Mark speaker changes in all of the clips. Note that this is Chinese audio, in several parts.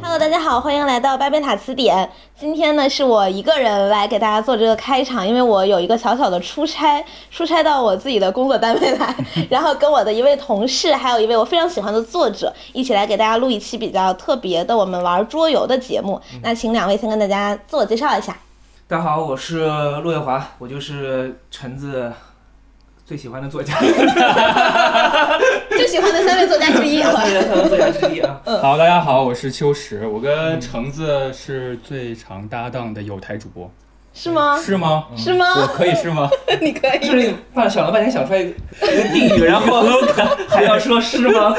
Speaker 1: Hello，大家好，欢迎来到巴贝塔词典。今天呢，是我一个人来给大家做这个开场，因为我有一个小小的出差， 出差到我自己的工作单位来， 然后跟我的一位同事，还有一位我非常喜欢的作者，一起来给大家录一期比较特别的我们玩桌游的节目。那请两位先跟大家自我介绍一下。
Speaker 2: 大家好，我是陆月华，我就是橙子最喜欢的作 家，
Speaker 1: 最喜欢的三位作家之一
Speaker 2: 最
Speaker 1: 啊，
Speaker 2: 喜欢的作家之一啊。
Speaker 3: 好，大家好，我是秋实，我跟橙子是最常搭档的有台主播，
Speaker 1: 是吗？
Speaker 3: 是吗？
Speaker 1: 是吗？
Speaker 3: 我可以是吗？
Speaker 1: 你可
Speaker 2: 就是你半想了半天想出来一个一个定语，然后 还要说是吗？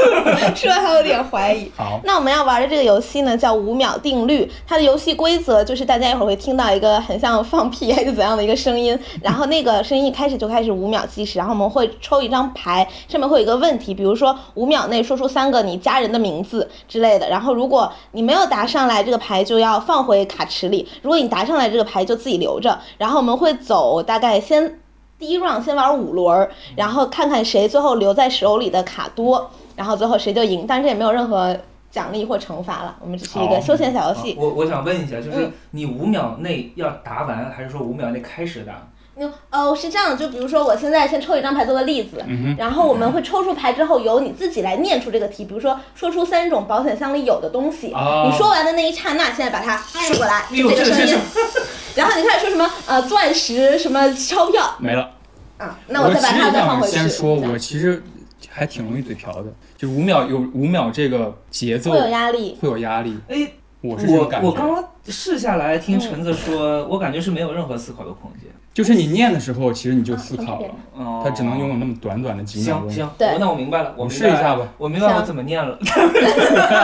Speaker 1: 说还有点怀疑。
Speaker 3: 好，
Speaker 1: 那我们要玩的这个游戏呢，叫五秒定律。它的游戏规则就是大家一会儿会听到一个很像放屁还是怎样的一个声音，然后那个声音一开始就开始五秒计时，然后我们会抽一张牌，上面会有一个问题，比如说五秒内说出三个你家人的名字之类的。然后如果你没有答上来，这个牌就要放回卡池里；如果你答上来，这个牌就自己留着。然后我们会走大概先。第一 round 先玩五轮儿，然后看看谁最后留在手里的卡多，然后最后谁就赢，但是也没有任何奖励或惩罚了，我们只是一个
Speaker 3: 好
Speaker 1: 休闲小游戏。
Speaker 2: 我我想问一下，就是
Speaker 1: 嗯
Speaker 2: 你五秒内要答完，还是说五秒内开始答？
Speaker 1: 那哦，是这样的，就比如说我现在先抽一张牌做个例子，
Speaker 3: 嗯
Speaker 1: 然后我们会抽出牌之后，由你自己来念出这个题，比如说说出三种保险箱里有的东西，
Speaker 3: 哦
Speaker 1: 你说完的那一刹那，现在把它说过来，
Speaker 2: 哎
Speaker 1: 就
Speaker 2: 呦
Speaker 1: 这个
Speaker 2: 这
Speaker 1: 声
Speaker 2: 是
Speaker 1: 音。 然后你开始说什么呃钻石什么钞票
Speaker 3: 哼，没了。
Speaker 1: 啊，那我再把
Speaker 3: 其实
Speaker 1: 它再放
Speaker 3: 想
Speaker 1: 回去。
Speaker 3: 先说，
Speaker 1: 这样
Speaker 3: 我其实还挺容易嘴瓢的，就是五秒有五秒这个节奏
Speaker 1: 会有压力，
Speaker 3: 会有压力，
Speaker 2: 哎，
Speaker 3: 我是这种
Speaker 2: 我
Speaker 3: 感
Speaker 2: 我刚
Speaker 3: 觉。
Speaker 2: 刚试下来听橙子
Speaker 1: 嗯
Speaker 2: 说，我感觉是没有任何思考的空间。
Speaker 3: 就是你念的时候，其实你就思考了，
Speaker 1: 啊
Speaker 2: 哦
Speaker 3: 它只能拥有那么短短的几秒
Speaker 2: 行
Speaker 3: 钟。
Speaker 2: 行，
Speaker 1: 对
Speaker 2: 我那我明白了，我
Speaker 3: 我
Speaker 2: 明
Speaker 3: 试一
Speaker 2: 白了，
Speaker 3: 下 吧。
Speaker 2: 我明白我
Speaker 1: 行
Speaker 2: 怎么念了。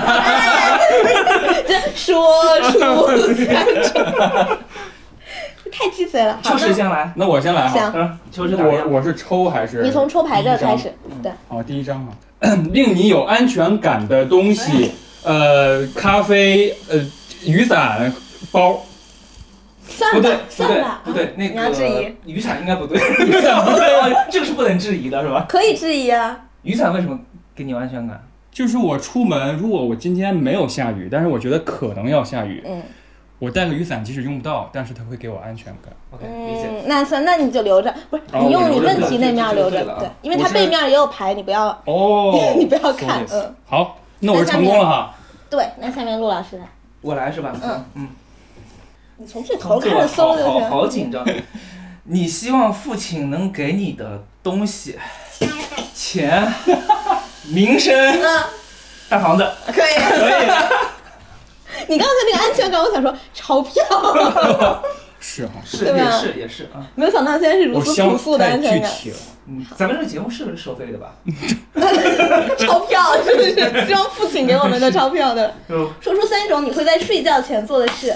Speaker 1: 说出三种，太鸡贼了。好，
Speaker 2: 秋实
Speaker 1: 那
Speaker 2: 先来，
Speaker 3: 那我先来哈，
Speaker 1: 行，
Speaker 2: 嗯，秋实打
Speaker 3: 我
Speaker 2: 样？
Speaker 3: 我是抽还是？
Speaker 1: 你从抽牌这儿开
Speaker 3: 第一
Speaker 1: 始，对，
Speaker 3: 好，第一张啊， 令你有安全感的东
Speaker 1: 哎
Speaker 3: 西，呃，咖啡，呃，雨伞，包，
Speaker 1: 算
Speaker 2: 不对
Speaker 1: 吧，，
Speaker 2: 不
Speaker 1: 算
Speaker 2: 对
Speaker 1: 吧，，
Speaker 2: 不对，那
Speaker 1: 你要质
Speaker 2: 个
Speaker 1: 疑
Speaker 2: 雨伞应该不对， 雨伞不 对，这个是不能质疑的，是吧？
Speaker 1: 可以质疑啊。
Speaker 2: 雨伞为什么给你有安全感？
Speaker 3: 就是我出门，如果我今天没有下雨，但是我觉得可能要下雨，
Speaker 1: 嗯
Speaker 3: 我带个雨伞，即使用不到，但是它会给我安全感。
Speaker 2: OK，理解。
Speaker 1: 嗯，那算，那你就留着，不是
Speaker 3: 哦
Speaker 1: 你用
Speaker 3: 我
Speaker 1: 你
Speaker 3: 留着
Speaker 1: 问题那面留着
Speaker 2: 对对对，
Speaker 1: 对
Speaker 2: 对，啊
Speaker 1: 因为它
Speaker 3: 我是
Speaker 1: 背面也有牌，你不要。
Speaker 3: 哦
Speaker 1: 哎 你不要看
Speaker 3: so this
Speaker 1: 嗯
Speaker 3: 好，那我是成功了哈。
Speaker 1: 对，那下面陆老师来，
Speaker 2: 我来是吧？
Speaker 1: 嗯
Speaker 2: 嗯，
Speaker 1: 你从最头开
Speaker 2: 好
Speaker 1: 始搜就
Speaker 2: 好好
Speaker 1: 行。
Speaker 2: 好紧张。你希望父亲能给你的东西，钱、 名声、
Speaker 1: 嗯，
Speaker 2: 大房子，
Speaker 1: 可以。 你刚才那个安全感，我想说钞 票，
Speaker 3: 是哈，
Speaker 2: 是
Speaker 1: 对吧
Speaker 2: 也是也是啊。
Speaker 1: 没有想到现在是如
Speaker 3: 我
Speaker 1: 此
Speaker 3: 相
Speaker 1: 朴素的
Speaker 3: 太
Speaker 1: 安
Speaker 3: 具
Speaker 1: 全感。
Speaker 3: 体了。
Speaker 2: 嗯，咱们这个节目是收费的吧？
Speaker 1: 钞票 是不是？希望父亲给我们的钞票的。
Speaker 2: 嗯，
Speaker 1: 说出三种你会在睡觉前做的事：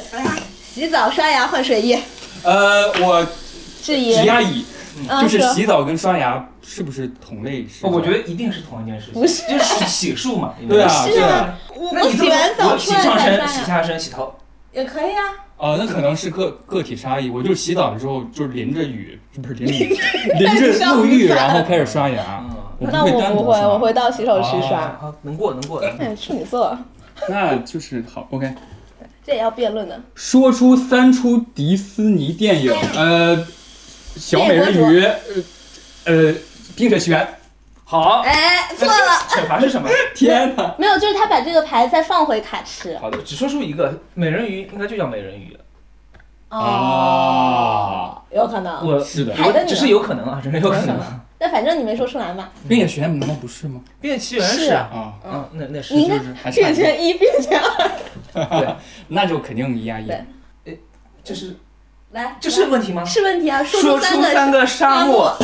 Speaker 1: 洗澡、刷牙、换水液。
Speaker 3: 呃，我
Speaker 1: 质疑，
Speaker 3: 提压椅，
Speaker 1: 嗯，
Speaker 3: 就是
Speaker 1: 说
Speaker 3: 洗澡跟刷牙是不是同类事？
Speaker 2: 哦我觉得一定是同一件事情，
Speaker 1: 不是
Speaker 2: 就是洗漱嘛。因为
Speaker 3: 对啊，
Speaker 1: 是
Speaker 3: 对
Speaker 1: 啊
Speaker 3: 啊。
Speaker 1: 我
Speaker 2: 那
Speaker 1: 我
Speaker 2: 你这
Speaker 1: 洗
Speaker 2: 么
Speaker 1: 完
Speaker 2: 说
Speaker 1: 澡
Speaker 2: 我
Speaker 1: 出
Speaker 2: 洗
Speaker 1: 来
Speaker 2: 上
Speaker 1: 才
Speaker 2: 身、
Speaker 1: 刷
Speaker 2: 洗
Speaker 1: 牙，
Speaker 2: 下身、洗头，
Speaker 1: 也可以啊。
Speaker 3: 哦，那可能是个个体差异。我就是洗澡的时候就是淋着雨，不是淋着雨，淋着沐浴，然后开始刷牙。
Speaker 2: 嗯，
Speaker 3: 我
Speaker 1: 那
Speaker 3: 会
Speaker 1: 我
Speaker 3: 单
Speaker 1: 不
Speaker 3: 独
Speaker 1: 会，
Speaker 3: 刷
Speaker 1: 我会到洗手池刷。
Speaker 3: 啊
Speaker 2: 好，能过能过。能过
Speaker 1: 哎，处女座，
Speaker 3: 那就是好 OK。
Speaker 1: 这也要辩论的。
Speaker 3: 说出三出迪士尼电影，呃，小美人鱼，呃，呃，冰雪奇缘。
Speaker 2: 好，
Speaker 1: 哎， 错了，
Speaker 2: 惩罚是什么？
Speaker 3: 天哪！
Speaker 1: 没有，就是他把这个牌再放回卡池。
Speaker 2: 好的，只说出一个美人鱼，应该就叫美人鱼。
Speaker 1: 哦
Speaker 3: 啊，
Speaker 1: 有可能。
Speaker 2: 我
Speaker 3: 是的
Speaker 1: 海的
Speaker 2: 我
Speaker 1: 女
Speaker 2: 只是有可能啊，真的有可能。
Speaker 1: 但反正你没说出来嘛。
Speaker 3: 冰雪奇缘难道不是吗？
Speaker 2: 变奇缘
Speaker 1: 是
Speaker 2: 是啊，
Speaker 3: 啊，
Speaker 2: 嗯，那那是
Speaker 1: 你应
Speaker 3: 就
Speaker 1: 该
Speaker 3: 是还差
Speaker 1: 变
Speaker 3: 一点，
Speaker 1: 成一，变成二。
Speaker 3: 那就肯定一样一样。
Speaker 2: 这是
Speaker 1: 来，
Speaker 2: 这是问题吗？
Speaker 1: 是问题啊，说
Speaker 2: 说
Speaker 1: 三
Speaker 2: 出
Speaker 1: 个
Speaker 2: 三个沙漠，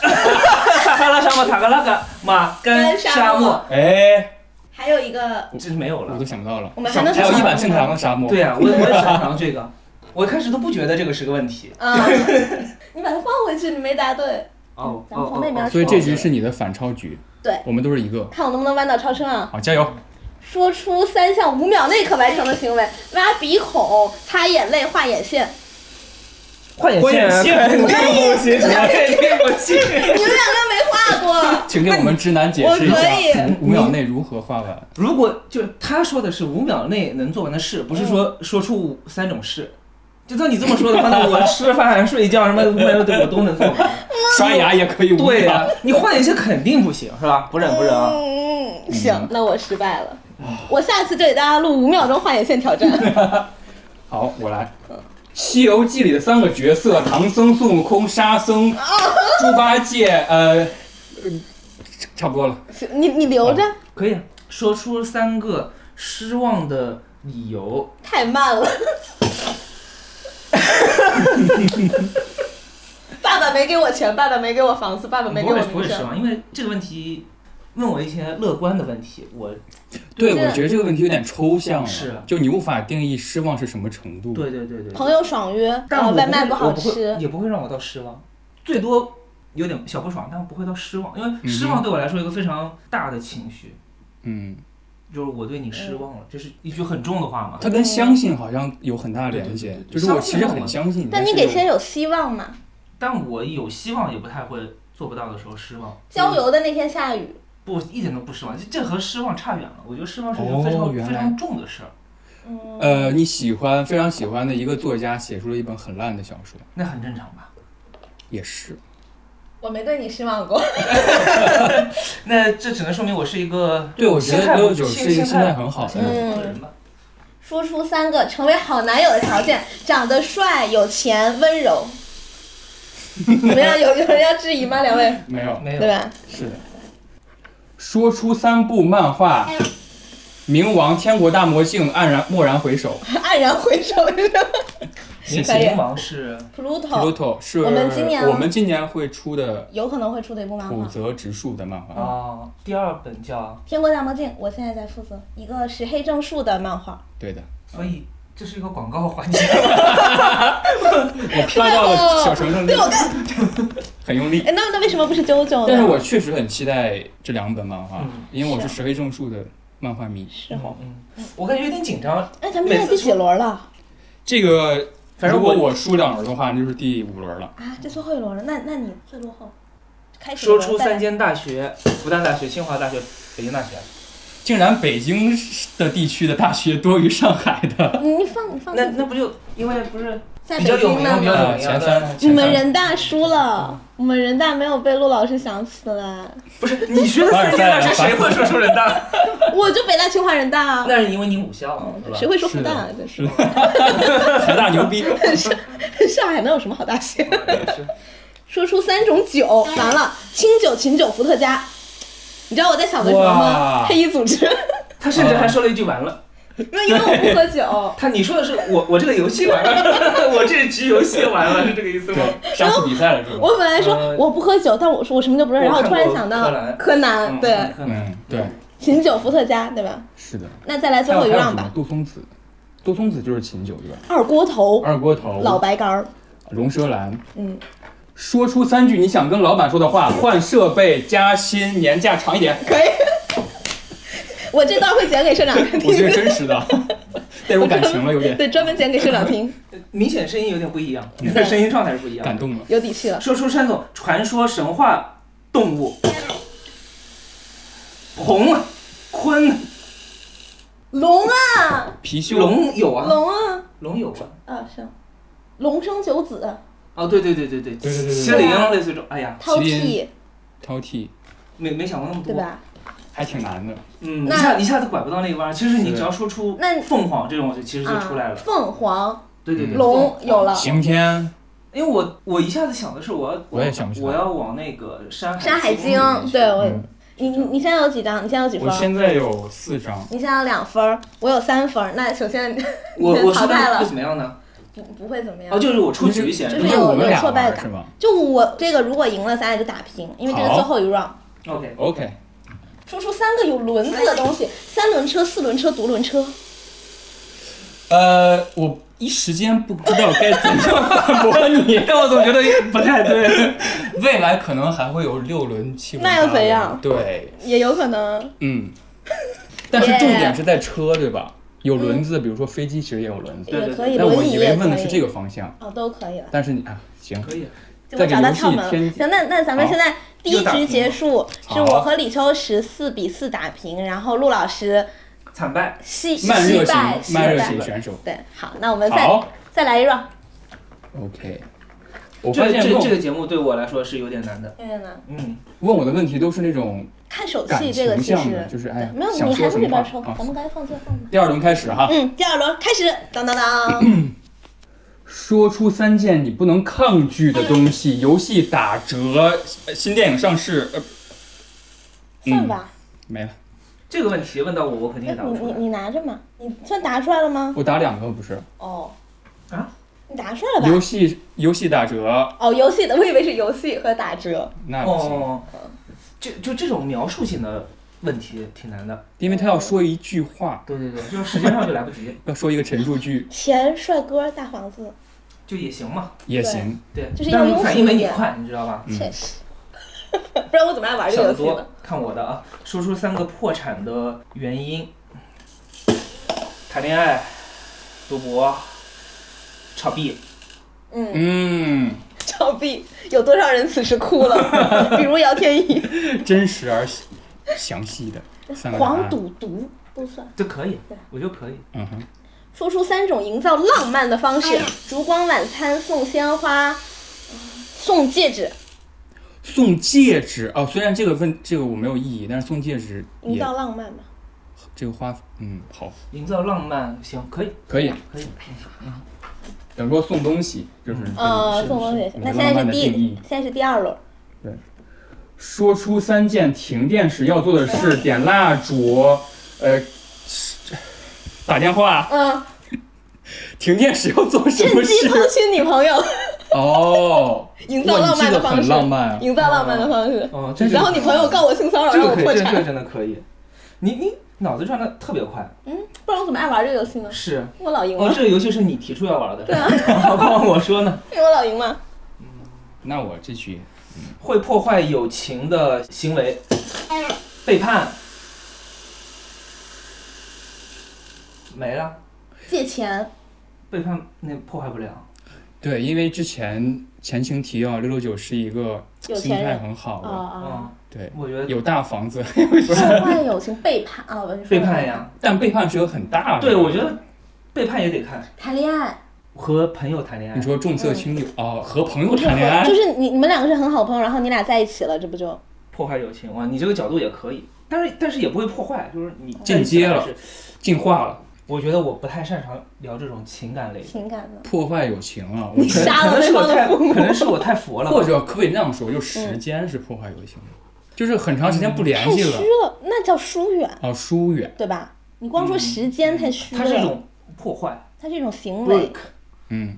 Speaker 2: 撒哈拉沙漠、 塔克拉卡、马
Speaker 1: 跟
Speaker 2: 干
Speaker 1: 沙
Speaker 2: 沙漠，
Speaker 3: 哎，
Speaker 1: 还有一个，
Speaker 2: 这是没有
Speaker 3: 我
Speaker 2: 了
Speaker 3: 都。想到了，
Speaker 1: 我们还能
Speaker 3: 还有
Speaker 1: 说
Speaker 3: 一碗盛唐的沙漠。
Speaker 2: 对 啊，我我也擅长这个，我开始都不觉得这个是个问题。
Speaker 1: 啊， 你把它放回去，你没答对。
Speaker 2: 哦
Speaker 1: 嗯咱们从那边
Speaker 3: 所以这局是你的反超局，
Speaker 1: 对
Speaker 3: 我们都是一个。
Speaker 1: 看我能不能弯到超声啊！
Speaker 3: 好，加油！
Speaker 1: 说出三项五秒内可完成的行为：挖鼻孔、擦眼泪、画眼线。
Speaker 2: 画眼
Speaker 3: 画眼
Speaker 2: 线
Speaker 3: 线啊
Speaker 2: 肯定不行，肯定不行。
Speaker 1: 你们两个没画过。
Speaker 3: 请给我们直男解释一
Speaker 1: 我可
Speaker 3: 下
Speaker 1: 以，
Speaker 3: 五五秒内如何画完？
Speaker 2: 如果就是他说的是五秒内能做完的事，不是
Speaker 1: 嗯
Speaker 2: 说说出五三种事。就照你这么说的话，那我吃饭、睡觉 什么五秒内我都能做完。
Speaker 3: 刷牙也可以五秒。
Speaker 2: 对呀、你画眼线肯定不行，是吧？不忍不忍啊。
Speaker 1: 嗯，行，那我失败了。我下次就给大家录五秒钟画眼线挑战。
Speaker 3: 好，我来。西游记》里的三个角色：唐僧、孙悟空、沙僧、猪八戒。呃，呃差不多了。
Speaker 1: 行你你留着，
Speaker 2: 可以啊说出三个失望的理由。
Speaker 1: 太慢 了。爸爸没给我钱，爸爸没给我房子，爸爸没
Speaker 2: 不
Speaker 1: 给我
Speaker 2: 会
Speaker 1: 名
Speaker 2: 不会失
Speaker 1: 声。
Speaker 2: 望，因为这个问题问我一些乐观的问题，我
Speaker 1: 嗯
Speaker 3: 对，
Speaker 1: 这
Speaker 3: 我觉得这个问题有点抽象了，
Speaker 2: 是啊
Speaker 3: 就你无法定义失望是什么程度。，
Speaker 2: 对对对对。
Speaker 1: 朋友爽约，
Speaker 2: 但
Speaker 1: 然后
Speaker 2: 我
Speaker 1: 呃
Speaker 2: 不
Speaker 1: 外卖
Speaker 2: 会，
Speaker 1: 不
Speaker 2: 我
Speaker 1: 好
Speaker 2: 不会，
Speaker 1: 吃。
Speaker 2: 也不会让我到失望，最多有点小不爽，但不会到失望，因为失望对我来说一个非常大的情绪，
Speaker 3: 嗯，
Speaker 2: 就是我对你失
Speaker 1: 嗯
Speaker 2: 望了，这是一句很重的话嘛。
Speaker 3: 它跟相信好像有很大的联系
Speaker 2: 啊对对，对对
Speaker 3: 就是我其实很相信你。
Speaker 1: 但你给
Speaker 3: 是
Speaker 1: 别人有希望嘛？
Speaker 2: 嗯但我有希望，也不太会做不到的时候失望。
Speaker 1: 郊游的那天下雨，
Speaker 2: 不，一点都不失望，这这和失望差远了。我觉得失望是一个
Speaker 3: 哦
Speaker 2: 非常、
Speaker 3: 原来
Speaker 2: 非常重的事儿，
Speaker 1: 嗯，
Speaker 3: 呃，你喜欢非常喜欢的一个作家写出了一本很烂的小说，
Speaker 2: 那很正常吧？
Speaker 3: 也是。
Speaker 1: 我没对你失望过。
Speaker 2: 那这只能说明我是一个
Speaker 3: 对，我觉
Speaker 2: 心
Speaker 3: 得
Speaker 2: 态
Speaker 3: 六
Speaker 2: 不
Speaker 3: 九
Speaker 2: 心
Speaker 3: 是一个心态很好
Speaker 2: 心
Speaker 3: 的
Speaker 2: 态
Speaker 1: 嗯
Speaker 3: 人。
Speaker 2: 不好的人吧。
Speaker 1: 说出三个成为好男友的条件：长得帅、有钱、温柔。怎么样？有有人要质疑吗？两位，
Speaker 3: 没有，
Speaker 2: 没有
Speaker 1: 对，吧？
Speaker 3: 是的。说出三部漫画，《冥王》《天国大魔镜》《黯然蓦然回首
Speaker 1: 黯然回 首是吧
Speaker 2: 明
Speaker 1: 可以
Speaker 2: 秦王是
Speaker 1: Pluto
Speaker 3: ，Pluto 是
Speaker 1: 我们今年啊
Speaker 3: 我们今年会出的
Speaker 1: 有可能会出的一部漫
Speaker 3: 浦
Speaker 1: 画，《
Speaker 3: 泽直树的漫画。
Speaker 2: 啊，第二本叫，
Speaker 1: 天国大魔镜》，我现在在负责一个是黑正树的漫画。
Speaker 3: 对的，
Speaker 2: 所以这嗯是一个广告环节。
Speaker 3: 我飘到
Speaker 1: 哦
Speaker 3: 了小城上，很用力。
Speaker 1: 哎，那那为什么不是 JoJo
Speaker 3: 但是
Speaker 1: 呢？
Speaker 3: 我确实很期待这两本漫画
Speaker 2: 嗯，
Speaker 3: 因为我是
Speaker 1: 啊
Speaker 3: 石黑正树的漫画迷。
Speaker 1: 是哈。
Speaker 2: 嗯，我感觉有点紧张。
Speaker 1: 哎，咱们现在第几轮了？
Speaker 3: 这个，
Speaker 2: 反正
Speaker 3: 如
Speaker 2: 我
Speaker 3: 果我输两轮的话，那就是第五轮了。
Speaker 1: 啊，这最后一轮了。那那你最落后。开始
Speaker 2: 说出三
Speaker 1: 件。
Speaker 2: 间大学：复旦大学、清华大学、北京大学。
Speaker 3: 竟然北京的地区的大学多于上海 的，
Speaker 1: 你你放你放
Speaker 2: 那那不就因为不是
Speaker 1: 在
Speaker 2: 比
Speaker 1: 北
Speaker 2: 较有
Speaker 1: 京
Speaker 2: 名
Speaker 1: 呢
Speaker 2: 比较有名的
Speaker 3: 前三，
Speaker 1: 你
Speaker 3: 前
Speaker 1: 们
Speaker 3: 三。
Speaker 1: 人大输了，我们人大没有被陆老师想起来，
Speaker 2: 不是你学的三间大学，谁会说出人大？
Speaker 1: 我就北大、清华、人大 啊，
Speaker 2: 那是因为你母校啊，是吧
Speaker 1: 谁？会说复
Speaker 3: 是的
Speaker 1: 旦啊？真是，
Speaker 3: 财大牛逼。
Speaker 1: 上海能有什么好大学？
Speaker 2: 也是
Speaker 1: 说出三种酒，完了，清酒、琴酒、伏特加。你知道我在想的什么吗？
Speaker 3: 哇
Speaker 1: 黑衣组织，
Speaker 2: 他甚至还说了一句完了。
Speaker 1: 因为因为我不喝酒，
Speaker 2: 他你说的是我我这个游戏完了， 我这局游戏完了，是这个意思吗？
Speaker 3: 对，上次比赛了是吧？
Speaker 1: 我本来说
Speaker 2: 呃
Speaker 1: 我不喝酒，但我说我什么都不认识，然后
Speaker 2: 我
Speaker 1: 我
Speaker 2: 看
Speaker 1: 突然
Speaker 2: 过
Speaker 1: 想到
Speaker 2: 柯南
Speaker 1: 柯南，对
Speaker 2: 嗯，，可能
Speaker 3: 嗯，对，
Speaker 1: 琴酒、伏特加，对吧？
Speaker 3: 是的。
Speaker 1: 那再来最
Speaker 3: 还有
Speaker 1: 后一
Speaker 3: 还有什
Speaker 1: 让
Speaker 3: 么
Speaker 1: 吧，
Speaker 3: 杜松子，杜松子就是琴酒对吧？
Speaker 1: 二锅头、
Speaker 3: 二锅头、
Speaker 1: 老白干儿，
Speaker 3: 龙舌兰。
Speaker 1: 嗯，
Speaker 3: 说出三句你想跟老板说的话，换设备、加薪、年假长一点。
Speaker 1: 可以。 我这段会剪给社长听。
Speaker 3: 我这是真实的， 带入感情了，有点
Speaker 1: 对，专门剪给社长听，
Speaker 2: 明显声音有点不一样，但 声音状态是不一样的
Speaker 3: 感。动了。
Speaker 1: 有底气了。
Speaker 2: 说出三种传说、神话、动物：红、啊鲲、
Speaker 1: 龙啊，
Speaker 3: 貔貅，
Speaker 2: 龙有啊，
Speaker 1: 龙啊，
Speaker 2: 龙有吧？
Speaker 1: 啊是，龙生九子，
Speaker 2: 哦，对对对对对，
Speaker 3: 对对对对
Speaker 2: 麒麟类似于这种。哎呀，
Speaker 1: 饕
Speaker 3: 麒
Speaker 1: 餮
Speaker 3: 麟，饕餮，
Speaker 2: 没没想过那么多，
Speaker 1: 对？吧？
Speaker 3: 还挺难的。
Speaker 2: 嗯，一
Speaker 1: 那
Speaker 2: 下一下子拐不到那一弯儿。其实你
Speaker 3: 是
Speaker 2: 只要说出
Speaker 1: 那
Speaker 2: 凤凰这种，就其实就
Speaker 1: 啊，
Speaker 2: 出来了。
Speaker 1: 凤凰，
Speaker 2: 对对对，
Speaker 3: 嗯
Speaker 1: 龙
Speaker 2: 凤凰
Speaker 1: 有。了，
Speaker 3: 刑天，
Speaker 2: 因为我我一下子想的是我要
Speaker 3: 我也想不起来
Speaker 2: 我要往那个山
Speaker 1: 山海经
Speaker 2: 经里面，去
Speaker 1: 对我
Speaker 3: 嗯，
Speaker 1: 你你你现在有几张？你现在有几分
Speaker 3: 我
Speaker 1: 儿？
Speaker 3: 现在有四张，
Speaker 1: 你现在有两分儿，我有三分儿。那首先
Speaker 2: 我
Speaker 1: 你
Speaker 2: 我
Speaker 1: 淘
Speaker 2: 说
Speaker 1: 汰
Speaker 2: 的
Speaker 1: 了
Speaker 2: 会怎么样呢？
Speaker 1: 不不会怎么
Speaker 2: 哦，
Speaker 1: 样。
Speaker 2: 就是我出局先
Speaker 1: 就是
Speaker 2: 吧
Speaker 3: 是
Speaker 1: 有
Speaker 3: 我们
Speaker 1: 有
Speaker 3: 俩
Speaker 1: 挫败
Speaker 3: 玩
Speaker 1: 感
Speaker 3: 是吗
Speaker 1: 就我这个，如果赢了，咱俩就打平，因为这是最
Speaker 3: 好
Speaker 1: 后一 round。
Speaker 2: ？OK，
Speaker 3: ？OK，
Speaker 1: 说出三个有轮子的东西：三轮车、四轮车、独轮车。
Speaker 3: 呃，我一时间不知道该怎样反 驳你，但我总觉得不太对。未来可能还会有六轮、七轮，
Speaker 1: 那又怎样
Speaker 3: 八轮对，
Speaker 1: 也有可能
Speaker 3: 嗯，但是重点
Speaker 1: Yeah
Speaker 3: 是在车，对吧？有轮子，比如说飞机其实也有轮子。
Speaker 2: 对
Speaker 1: 也
Speaker 2: 对
Speaker 1: 可以，
Speaker 3: 但我
Speaker 1: 嗯轮椅
Speaker 3: 以
Speaker 1: 也
Speaker 3: 为
Speaker 1: 可
Speaker 3: 问的
Speaker 1: 以
Speaker 3: 是这个方向，
Speaker 1: 哦，都可以了。
Speaker 3: 但是你啊，行，
Speaker 2: 可以，
Speaker 1: 就我
Speaker 3: 在
Speaker 1: 找
Speaker 3: 给
Speaker 1: 到
Speaker 3: 游戏
Speaker 1: 窍门了。
Speaker 3: 添
Speaker 1: 行，那那咱们
Speaker 3: 好
Speaker 1: 现在第一
Speaker 2: 又打
Speaker 1: 局
Speaker 2: 平
Speaker 1: 结
Speaker 2: 了
Speaker 1: 束，是
Speaker 3: 好
Speaker 1: 我和李秋实四比四打平，然后陆老师
Speaker 2: 惨败。
Speaker 1: 惜惜
Speaker 3: 慢热型
Speaker 1: 败，惜
Speaker 3: 慢热
Speaker 1: 败
Speaker 3: 型。选手。
Speaker 1: 对，好，那我们再
Speaker 3: 好
Speaker 1: 再来一 round。
Speaker 3: OK，我发
Speaker 2: 这
Speaker 3: 现
Speaker 2: 这这
Speaker 3: 问
Speaker 2: 个节目对我来说是有点难的。
Speaker 1: 有点难，
Speaker 2: 嗯，
Speaker 3: 问我的问题都是那种
Speaker 1: 看手
Speaker 3: 感
Speaker 1: 气这个
Speaker 3: 情
Speaker 1: 其
Speaker 3: 向的
Speaker 1: 实，
Speaker 3: 就是哎呀
Speaker 1: 没有，
Speaker 3: 想
Speaker 1: 你还
Speaker 3: 说
Speaker 1: 是
Speaker 3: 什
Speaker 1: 那
Speaker 3: 么
Speaker 1: 边
Speaker 3: 话
Speaker 1: 抽，
Speaker 3: 啊
Speaker 1: 咱们该放就放吧。
Speaker 3: 第二轮开始哈，
Speaker 1: 嗯，第二轮开始，当当
Speaker 3: 嗯
Speaker 1: 当，
Speaker 3: 说出三件你不能抗拒的东西：游戏打折、呃新电影上市。呃，
Speaker 1: 算吧。
Speaker 3: 没了，
Speaker 2: 这个问题问到我，我肯
Speaker 3: 嗯
Speaker 2: 定
Speaker 1: 哎
Speaker 2: 也答不
Speaker 1: 你
Speaker 2: 出
Speaker 1: 你
Speaker 2: 来。
Speaker 1: 你拿着嘛，你算答出来了吗？
Speaker 3: 我打两个不是？
Speaker 1: 哦，
Speaker 2: 啊，
Speaker 1: 你答出来了吧？
Speaker 3: 游戏游戏打折，
Speaker 1: 哦，游戏的，我以为是游戏和打折。
Speaker 3: 那不行，
Speaker 2: 哦，
Speaker 1: 嗯
Speaker 2: 就就这种描述性的问题挺难的。
Speaker 3: 因为他要说一句话，
Speaker 2: 对对对，就是时间上就来不及，
Speaker 3: 要说一个陈述句
Speaker 1: 钱、帅哥、大房子，
Speaker 2: 就也行嘛。
Speaker 3: 也行。
Speaker 2: 对，
Speaker 1: 就是要
Speaker 2: 但是
Speaker 1: 庸
Speaker 2: 你反
Speaker 1: 俗
Speaker 2: 应
Speaker 1: 一
Speaker 2: 没你
Speaker 1: 点
Speaker 2: 快，你知道吧？
Speaker 3: 嗯
Speaker 1: 确实。 不然我怎么爱玩这
Speaker 2: 想
Speaker 1: 个
Speaker 2: 得
Speaker 1: 游戏呢
Speaker 2: 多？，看我的啊！说出三个破产的原因：谈恋爱、赌博、炒币。
Speaker 1: 嗯，
Speaker 3: 嗯，
Speaker 1: 照壁有多少人此时哭 了？比如姚天一，
Speaker 3: 真实而详详细的三个答
Speaker 1: 黄
Speaker 3: 案。
Speaker 1: 赌毒都算。
Speaker 2: 这可以
Speaker 1: 对，
Speaker 2: 我觉得可以。
Speaker 3: 嗯哼，
Speaker 1: 说出三种营造浪漫的方式：烛光晚餐、送鲜花、嗯送戒指，
Speaker 3: 送戒指哦，虽然这个问这个我没有异议，但是送戒指
Speaker 1: 营
Speaker 3: 也
Speaker 1: 造浪漫嘛。
Speaker 3: 这个花，嗯，好，
Speaker 2: 营造浪漫，行，可以，
Speaker 3: 可以。
Speaker 2: 可以。
Speaker 3: 等说送东西嗯就是
Speaker 1: 呃，
Speaker 3: 是
Speaker 1: 送东西也
Speaker 3: 是
Speaker 1: 行。那
Speaker 3: 你
Speaker 1: 现在
Speaker 3: 的浪漫
Speaker 1: 是
Speaker 3: 的
Speaker 1: 第
Speaker 3: 定义，
Speaker 1: 现在是第二 轮，
Speaker 3: 说出三件停电时要做的事：点蜡烛，呃，打电话。
Speaker 1: 嗯，
Speaker 3: 停电时要做什
Speaker 1: 趁
Speaker 3: 么
Speaker 1: 机
Speaker 3: 事？
Speaker 1: 偷亲女朋友，
Speaker 3: 哦，
Speaker 1: 营造
Speaker 3: 哇
Speaker 1: 浪
Speaker 3: 你
Speaker 1: 漫
Speaker 3: 这
Speaker 1: 的
Speaker 3: 个
Speaker 1: 方
Speaker 3: 很
Speaker 1: 式，
Speaker 3: 浪漫啊。
Speaker 1: 营造浪漫的方式。
Speaker 2: 哦，这个
Speaker 1: 然后女朋友告我性骚扰，
Speaker 2: 这
Speaker 1: 让
Speaker 2: 个
Speaker 1: 我
Speaker 2: 可
Speaker 1: 破
Speaker 2: 以，这个这个
Speaker 1: 产。
Speaker 2: 真的可以。你你脑子转的特别快，
Speaker 1: 嗯，不然我怎么爱玩这个游戏呢？
Speaker 2: 是。
Speaker 1: 我老赢
Speaker 2: 哦，
Speaker 1: 了，
Speaker 2: 这个游戏是你提出要玩的， 何况我说呢？
Speaker 1: 因为我老赢嘛。
Speaker 3: 那我这局
Speaker 2: 会破坏友情的行为，背叛，没了，
Speaker 1: 借钱，
Speaker 2: 背叛那破坏不了。
Speaker 3: 对，因为之前前情提要，六六九是一个
Speaker 1: 有
Speaker 3: 心
Speaker 1: 钱
Speaker 3: 态
Speaker 1: 人
Speaker 3: 很好的，
Speaker 1: 啊
Speaker 2: 嗯，
Speaker 3: 对，
Speaker 2: 我觉得
Speaker 3: 有大房子，
Speaker 1: 啊，破坏友情，背叛啊，我就说
Speaker 2: 哦背叛，呀，
Speaker 3: 但背叛是有很大的。
Speaker 2: 对我觉得背叛也得看
Speaker 1: 谈恋爱，
Speaker 2: 和朋友谈恋
Speaker 3: 你
Speaker 2: 爱，
Speaker 3: 说重色轻友哦，和朋友谈恋爱
Speaker 1: 就，是你你们两个是很好朋友，然后你俩在一起了，这不就
Speaker 2: 破坏友情哇，你这个角度也可以，但是但是也不会破坏，就是你
Speaker 3: 间接了
Speaker 2: 在一起还是。
Speaker 3: 进化了，
Speaker 2: 我觉得我不太擅长聊这种情感类的，
Speaker 1: 情感呢？
Speaker 3: 破坏友情了。我
Speaker 1: 你
Speaker 3: 觉得
Speaker 1: 杀
Speaker 2: 可
Speaker 1: 了
Speaker 2: 能
Speaker 1: 对
Speaker 2: 是我
Speaker 1: 方的
Speaker 2: 太
Speaker 1: 父母
Speaker 2: 可，能是我太佛了吧，
Speaker 3: 或者可不可以那样说，就时间是破坏友情的，就是很长时间不联
Speaker 1: 太
Speaker 3: 系
Speaker 1: 虚
Speaker 3: 了，
Speaker 1: 了，那叫疏远，
Speaker 3: 哦，疏远。
Speaker 1: 对吧？你光说时间太虚
Speaker 2: 嗯它是一
Speaker 1: 了，
Speaker 2: 种破坏
Speaker 1: 它是一种行为，
Speaker 2: ，break，
Speaker 3: 嗯，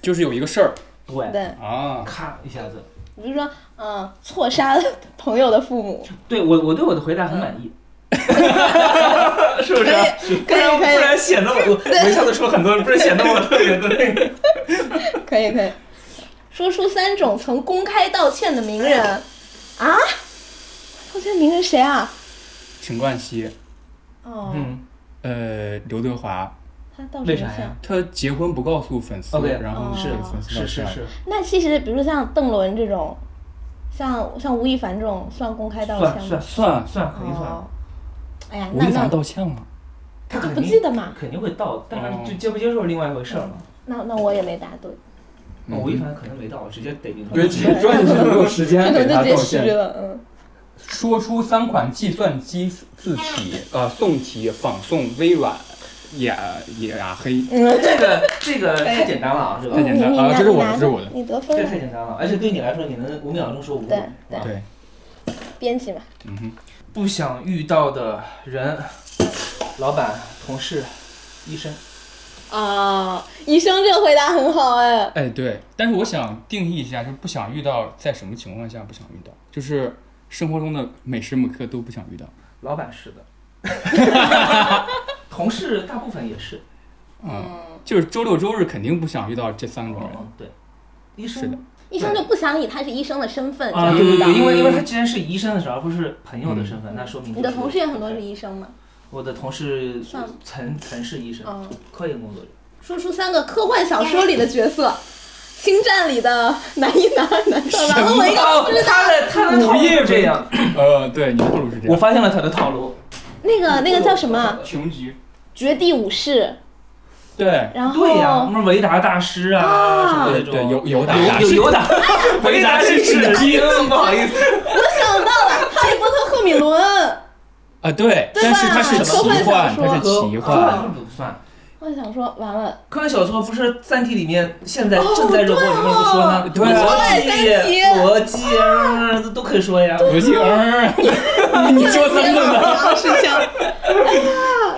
Speaker 3: 就是有一个事儿
Speaker 2: 对，
Speaker 1: 对，
Speaker 3: 啊，
Speaker 2: 咔一下子。
Speaker 1: 比如说，嗯，错杀了朋友的父母，
Speaker 2: 对我，我对我的回答很满 意，是不是啊？
Speaker 1: 可以
Speaker 2: 不然
Speaker 1: 可以可以
Speaker 2: 不然 显得我我我一下子说很多，不是显得我特别的那个。
Speaker 1: 可以可以，说出三种曾公开道歉的名人啊，道歉名人谁啊？
Speaker 3: 陈冠希，
Speaker 1: 哦，
Speaker 2: 嗯，
Speaker 3: 呃，刘德华，
Speaker 1: 他道
Speaker 2: 为
Speaker 1: 歉
Speaker 2: 啥
Speaker 1: 像。
Speaker 2: 呀
Speaker 3: 他结婚不告诉粉丝
Speaker 2: OK，
Speaker 3: 然后
Speaker 1: 哦
Speaker 3: 给粉丝道
Speaker 2: 是是
Speaker 3: 歉。
Speaker 2: 是，
Speaker 1: 那其实，比如像邓伦这种，像像吴亦凡这种，算公开道歉
Speaker 2: 算
Speaker 1: 吗？
Speaker 2: 算
Speaker 3: 算，
Speaker 2: 算肯定算
Speaker 1: 哦，，哎呀，
Speaker 3: 吴
Speaker 1: 那
Speaker 3: 亦凡
Speaker 1: 那
Speaker 3: 道歉了，
Speaker 2: 他
Speaker 1: 就
Speaker 2: 肯
Speaker 1: 不记
Speaker 2: 定
Speaker 1: 得嘛。
Speaker 2: 肯定会到，但
Speaker 3: 哦
Speaker 2: 是就接不接受是另外一回事儿嘛。
Speaker 1: 那那我也没答对，
Speaker 2: 那吴亦凡可能没到，我直接逮进去。
Speaker 3: 哦对，其实专门没有时
Speaker 1: 那
Speaker 3: 间
Speaker 1: 可
Speaker 3: 给他
Speaker 1: 能就
Speaker 3: 道
Speaker 1: 直接失
Speaker 3: 歉。
Speaker 1: 了。嗯，
Speaker 3: 说出三款计算机字体，呃，宋体、仿宋、微软、雅雅黑。
Speaker 2: 这个这个太简单了啊，是吧
Speaker 3: 太？简
Speaker 1: 你
Speaker 3: 单
Speaker 1: 你
Speaker 3: 啊
Speaker 1: 拿
Speaker 3: 这是我的
Speaker 1: 你拿
Speaker 3: 这是我的
Speaker 1: 你得分
Speaker 2: 这
Speaker 1: 了
Speaker 2: 太，简单了，而且对你来说，你能五秒钟说五个
Speaker 1: 对
Speaker 2: 啊
Speaker 1: 对
Speaker 3: 对，
Speaker 1: 编辑嘛。
Speaker 3: 嗯哼，
Speaker 2: 不想遇到的人，老板、同事、医生，
Speaker 1: 啊，医生这个回答很好哎。
Speaker 3: 哎对，但是我想定义一下，就是不想遇到，在什么情况下不想遇到？就是生活中的每时每刻都不想遇到。
Speaker 2: 老板是的，同事大部分也是。
Speaker 3: 嗯，哦就是周六周日肯定不想遇到这三种人。
Speaker 2: 嗯，对，医生
Speaker 3: 是的
Speaker 1: 医生就不想以他是医生的身份，
Speaker 2: 啊，
Speaker 1: 这
Speaker 2: 对
Speaker 1: 样
Speaker 2: 对
Speaker 3: 嗯
Speaker 2: 对，因为因为他既然是医生的时候，而不是朋友的身份，那说明
Speaker 1: 你的同事也很多是医生嘛。
Speaker 2: 我的同事
Speaker 1: 上
Speaker 2: 曾曾是医生
Speaker 1: 嗯，
Speaker 2: 科研工作者。
Speaker 1: 说出三个科幻小说里的角色，《星战》里的男一、男二、男三，完了我一个都不知道。
Speaker 2: 哦他的他的套路是这样，
Speaker 3: 呃，对，你的套路是这
Speaker 2: 我
Speaker 3: 样。
Speaker 2: 发现了他的套路。
Speaker 1: 那个那个叫什么？
Speaker 3: 穷极。
Speaker 1: 《绝地武士
Speaker 3: 对》，。
Speaker 1: 然后
Speaker 2: 对呀，什么维达大师哦啊，什么
Speaker 3: 对
Speaker 2: 这种
Speaker 3: 对，有有打打
Speaker 2: 有有有打，维达是纸巾，不好意思。
Speaker 1: 我想到了《哈利波特》赫敏伦，
Speaker 3: 啊，对，
Speaker 1: 对
Speaker 3: 但是它是
Speaker 1: 吧
Speaker 3: 奇
Speaker 1: 科幻小
Speaker 3: 幻，
Speaker 1: 说
Speaker 3: 它是奇
Speaker 2: 科
Speaker 3: 幻。
Speaker 2: 幻不算，
Speaker 1: 我想说完了，
Speaker 2: 科幻小说不是《三体》里面现在
Speaker 1: 哦
Speaker 2: 正在热播，
Speaker 1: 对哦
Speaker 2: 你为什么不说呢？
Speaker 3: 对啊
Speaker 2: 逻辑、逻辑啊，这都可以说呀。
Speaker 3: 游戏儿，
Speaker 2: 啊
Speaker 3: 你你说三个呢？
Speaker 1: 呢？是像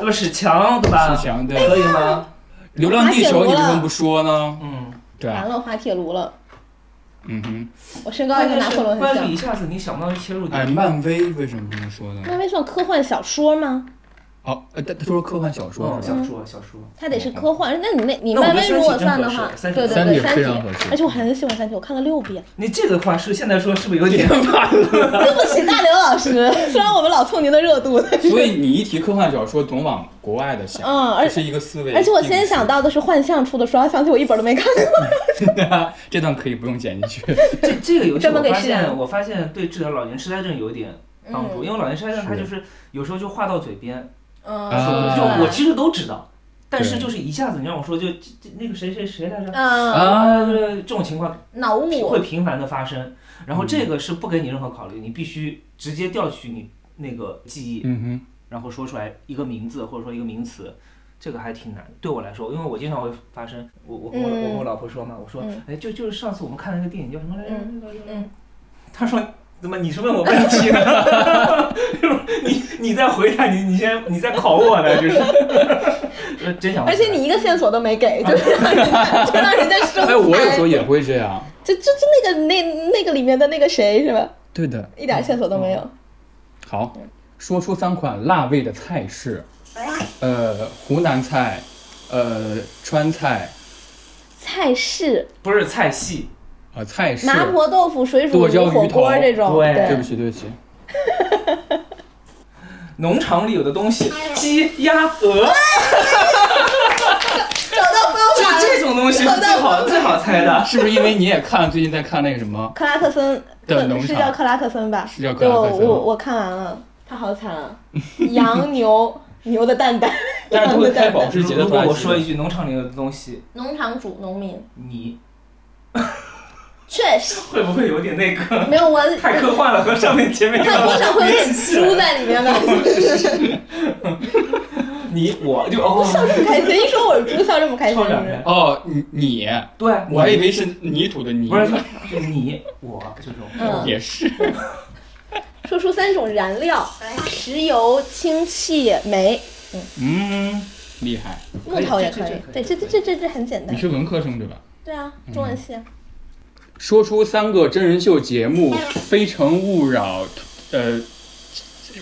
Speaker 2: 那么史强对吧？
Speaker 3: 是强对，
Speaker 2: 可
Speaker 3: 《
Speaker 2: 以
Speaker 1: 哎
Speaker 2: 吗？
Speaker 3: 流浪地球》你为
Speaker 1: 滑
Speaker 3: 什
Speaker 1: 铁卢
Speaker 3: 么
Speaker 1: 了
Speaker 3: 不说呢？
Speaker 2: 嗯，
Speaker 3: 对
Speaker 1: 完
Speaker 3: 啊，
Speaker 1: 了滑铁卢了。
Speaker 3: 嗯哼，
Speaker 1: 我身高也跟拿破仑很
Speaker 2: 关键是
Speaker 1: 像。
Speaker 2: 一下子你想不到切入
Speaker 3: 哎，
Speaker 2: 点。
Speaker 3: 漫威为什么不能说呢？
Speaker 1: 漫威算科幻小说吗？
Speaker 3: 哦，呃，他他说科幻小说
Speaker 2: 哦，
Speaker 3: 是吧？
Speaker 2: 小说小说，
Speaker 1: 它得是科幻。那你那你
Speaker 2: 那我觉
Speaker 1: 漫
Speaker 2: 得
Speaker 1: 威如果算的话，
Speaker 2: 三
Speaker 1: 对
Speaker 2: 体真
Speaker 1: 对
Speaker 2: 合
Speaker 1: 对，
Speaker 2: 适
Speaker 3: 三体
Speaker 1: 三
Speaker 3: 非常合适
Speaker 1: 而且我很喜欢三体，我看了六遍。
Speaker 2: 你这个话是现在说是不是有 点？
Speaker 1: 对不起，大刘老师， 虽然我们老蹭您的热度，但是
Speaker 3: 所以你一提科幻小说，总往国外的想，
Speaker 1: 嗯而
Speaker 3: 这是一个思维。
Speaker 1: 而且我先想到的是幻象出的书，然后想起我一本都没看过。
Speaker 3: 到，这段可以不用剪进去。
Speaker 2: 这这个游戏
Speaker 1: 专门
Speaker 2: 我
Speaker 1: 给
Speaker 2: 发
Speaker 1: 试验
Speaker 2: 现，我发现对治疗老年痴呆症有一点帮助，
Speaker 1: 嗯
Speaker 2: 因为老年痴呆症它
Speaker 3: 是
Speaker 2: 就是有时候就话到嘴边，
Speaker 1: 嗯
Speaker 3: 啊
Speaker 2: 就我其实都知道，但是
Speaker 3: 对
Speaker 2: 就是一下子你让我说就就就那个谁谁谁来着，
Speaker 1: 嗯，
Speaker 3: 啊，
Speaker 2: 呃，这种情况
Speaker 1: 脑雾
Speaker 2: 会频繁的发生，然后这个是不给你任何考虑，你必须直接调取你那个记忆，
Speaker 3: 嗯哼，
Speaker 2: 然后说出来一个名字或者说一个名词。这个还挺难，对我来说，因为我经常会发生，我我我我
Speaker 1: 嗯
Speaker 2: 和我老婆说嘛，我说
Speaker 1: 嗯，
Speaker 2: 哎，就就是上次我们看那个电影叫什么来着？
Speaker 1: 嗯
Speaker 2: 那个那个
Speaker 1: 嗯
Speaker 2: 他说：“怎么你是问我问题呢？ 你你在回答你你先你在考我呢，就是， 呃真想不
Speaker 1: 而
Speaker 2: 起来。
Speaker 1: 且你一个线索都没给，就是 让人家就让人家生
Speaker 3: 啊 哎，我有时
Speaker 1: 猜。
Speaker 3: 候也会这样。
Speaker 1: 就就就那个那那个里面的那个谁是吧？
Speaker 3: 对的，
Speaker 1: 一点线索都没有。
Speaker 3: 嗯好，说出三款辣味的菜式，
Speaker 1: 哎
Speaker 3: 呃，湖南菜，呃，川菜，
Speaker 1: 菜式，
Speaker 2: 不是菜系，
Speaker 3: 呃，菜式。
Speaker 1: 麻婆豆腐、水煮
Speaker 3: 剁
Speaker 1: 鱼、
Speaker 3: 椒鱼
Speaker 1: 火锅
Speaker 3: 头
Speaker 1: 这种，
Speaker 2: 对
Speaker 3: 对不起，对不起，
Speaker 2: 农场里有的 东西，鸡、鸭、鹅，
Speaker 1: 找到方
Speaker 2: 就
Speaker 1: 法了。
Speaker 2: 这种 东西是最好最好猜的。
Speaker 3: 是不是因为你也看最近在看那个什么？
Speaker 1: 克拉克森
Speaker 3: 的
Speaker 1: 克
Speaker 3: 农
Speaker 1: 是
Speaker 3: 场
Speaker 1: 叫克拉克森吧？
Speaker 3: 是叫克
Speaker 1: 对，
Speaker 3: 拉克
Speaker 1: 我
Speaker 3: 森
Speaker 1: 我我看完了，他好惨啊！羊牛牛的蛋蛋，
Speaker 3: 但是
Speaker 1: 羊
Speaker 3: 都
Speaker 1: 的
Speaker 3: 会开
Speaker 1: 蛋
Speaker 3: 保
Speaker 1: 蛋，
Speaker 3: 质捷的
Speaker 2: 如
Speaker 3: 突
Speaker 2: 果
Speaker 3: 然
Speaker 2: 我说一句农场里有的东西，
Speaker 1: 农场主农民
Speaker 2: 你
Speaker 1: 确实
Speaker 2: 会不会有点那个
Speaker 1: 没有我，
Speaker 2: 太科幻了？和上面前面
Speaker 1: 他多 少会有点
Speaker 2: 说
Speaker 1: 猪在里面吧？
Speaker 2: 你我就哦，
Speaker 1: 笑这么开心，一说我是猪，笑这么开心
Speaker 2: 超，两人。
Speaker 3: 哦，你你，
Speaker 2: 对，
Speaker 3: 我还以为是泥土的泥，
Speaker 2: 不是就你我就这种
Speaker 1: 嗯
Speaker 3: 也是。
Speaker 1: 说出三种燃料：石油、氢气、煤。
Speaker 3: 嗯，厉害。
Speaker 1: 木头也可
Speaker 2: 可以
Speaker 1: 以，对，
Speaker 2: 这这这可以
Speaker 1: 这这这这这很简
Speaker 3: 你
Speaker 1: 单。
Speaker 3: 是文科生对吧？
Speaker 1: 对啊，中文系啊。
Speaker 3: 说出三个真人秀节目，《
Speaker 1: 嗯
Speaker 3: 非诚勿扰》，呃，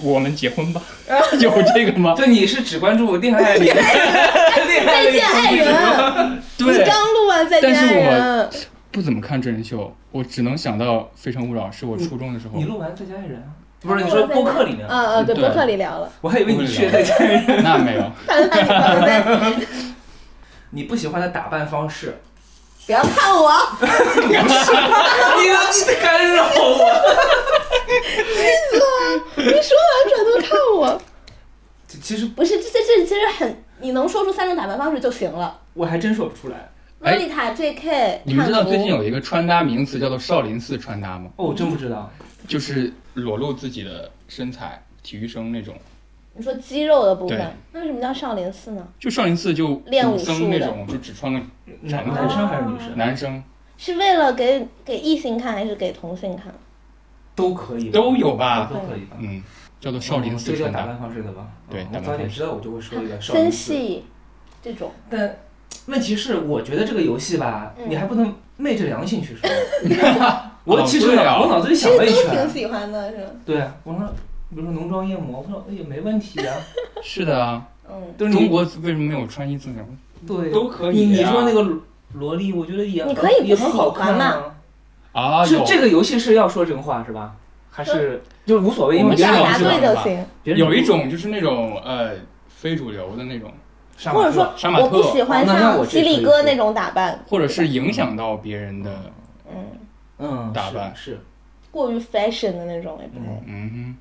Speaker 3: 我们结婚吧，
Speaker 1: 嗯
Speaker 3: 有这个吗？
Speaker 2: 就你是只关注恋爱里，恋爱
Speaker 1: 再
Speaker 2: 里
Speaker 1: 见爱人，你
Speaker 3: 对，
Speaker 1: 刚录完再见
Speaker 3: 但是
Speaker 1: 爱
Speaker 3: 我
Speaker 1: 人，
Speaker 3: 不怎么看真人秀，我只能想到《非诚勿扰》是我初中的时候
Speaker 2: 你，录完《最佳爱人》啊？不是你说播客里面啊？
Speaker 1: 嗯嗯，对，
Speaker 3: 对
Speaker 1: 播客里聊了。
Speaker 2: 我还以为你去《最佳爱人》。
Speaker 3: 那没有。
Speaker 1: 看看你们在
Speaker 2: 你不喜欢的打扮方式，
Speaker 1: 不要看我，
Speaker 2: 你你在干扰我。
Speaker 1: 你说完转头看我。
Speaker 2: 其实
Speaker 1: 不是，这这这其实很，你能说出三种打扮方式就行了。
Speaker 2: 我还真说不出来。
Speaker 1: 洛
Speaker 3: 哎
Speaker 1: 丽塔、J.K.
Speaker 3: 你们知道
Speaker 1: 汉服
Speaker 3: 最近有一个穿搭名词叫做少林寺穿搭吗？
Speaker 2: 哦，我真不知道。
Speaker 3: 就是裸露自己的身材，体育生那种。
Speaker 1: 你说肌肉的部
Speaker 3: 对
Speaker 1: 分，那为什么叫少林寺呢？
Speaker 3: 就少林寺就
Speaker 1: 练武
Speaker 3: 武僧
Speaker 1: 术
Speaker 3: 那
Speaker 1: 的
Speaker 3: 种，就只穿个
Speaker 2: 男
Speaker 3: 长
Speaker 2: 男生还是女生？
Speaker 3: 男生
Speaker 1: 是为了给给异性看还是给同性看？
Speaker 2: 都可以吧，
Speaker 3: 都有吧？
Speaker 2: 都可以吧。
Speaker 3: 嗯，叫做少林寺
Speaker 2: 嗯这叫
Speaker 3: 穿
Speaker 2: 打
Speaker 3: 搭。
Speaker 2: 扮方式的吧？
Speaker 3: 对
Speaker 2: 哦
Speaker 3: 打
Speaker 2: 我
Speaker 3: 扮
Speaker 2: 早点
Speaker 3: 方式
Speaker 2: 知道我就会说一个少
Speaker 1: 分
Speaker 2: 林寺。
Speaker 1: 析这种，
Speaker 2: 但问题是，我觉得这个游戏吧，
Speaker 1: 嗯
Speaker 2: 你还不能昧着良心去 说。
Speaker 3: 哦
Speaker 2: 我其实
Speaker 3: 对啊
Speaker 2: 脑我脑子里
Speaker 1: 其
Speaker 2: 想
Speaker 1: 实
Speaker 2: 了一
Speaker 1: 都挺
Speaker 2: 圈，
Speaker 1: 喜欢的，是吧？
Speaker 2: 对啊，我说，比如说浓妆艳抹，我说哎也没问题啊。
Speaker 3: 是的啊，
Speaker 1: 嗯，
Speaker 2: 就是你
Speaker 3: 中国为什么没有穿衣自由？
Speaker 2: 对
Speaker 3: 都可
Speaker 2: 你
Speaker 3: 以
Speaker 2: 你
Speaker 3: 啊
Speaker 2: 说那个萝莉，我觉得也
Speaker 1: 你可以不
Speaker 2: 也很好
Speaker 1: 喜欢
Speaker 2: 看
Speaker 1: 嘛
Speaker 2: 啊。
Speaker 3: 啊，
Speaker 2: 是
Speaker 3: 有
Speaker 1: 呃
Speaker 2: 这个游戏是要说这个话是吧？还是就是无所谓，
Speaker 3: 我
Speaker 2: 因为
Speaker 3: 们
Speaker 2: 别
Speaker 1: 想
Speaker 2: 人
Speaker 3: 俩
Speaker 2: 老
Speaker 1: 答
Speaker 2: 师
Speaker 1: 对
Speaker 3: 知
Speaker 1: 就
Speaker 3: 道
Speaker 1: 行。
Speaker 2: 别人
Speaker 3: 有一种就是那种呃非主流的那种，
Speaker 2: 杀马
Speaker 1: 或
Speaker 2: 特
Speaker 1: 者
Speaker 2: 哦
Speaker 1: 说
Speaker 3: 杀马
Speaker 1: 我不
Speaker 3: 特
Speaker 1: 喜欢
Speaker 2: 那那
Speaker 1: 像
Speaker 2: 我
Speaker 1: 犀
Speaker 2: 这可
Speaker 1: 利
Speaker 2: 以
Speaker 1: 哥
Speaker 2: 说
Speaker 1: 那种打扮，
Speaker 3: 或者是影响到别人的，
Speaker 1: 嗯，
Speaker 2: 嗯
Speaker 3: 打
Speaker 2: 是
Speaker 3: 扮
Speaker 2: 是
Speaker 1: 过于 fashion 的那种也不太。
Speaker 3: 嗯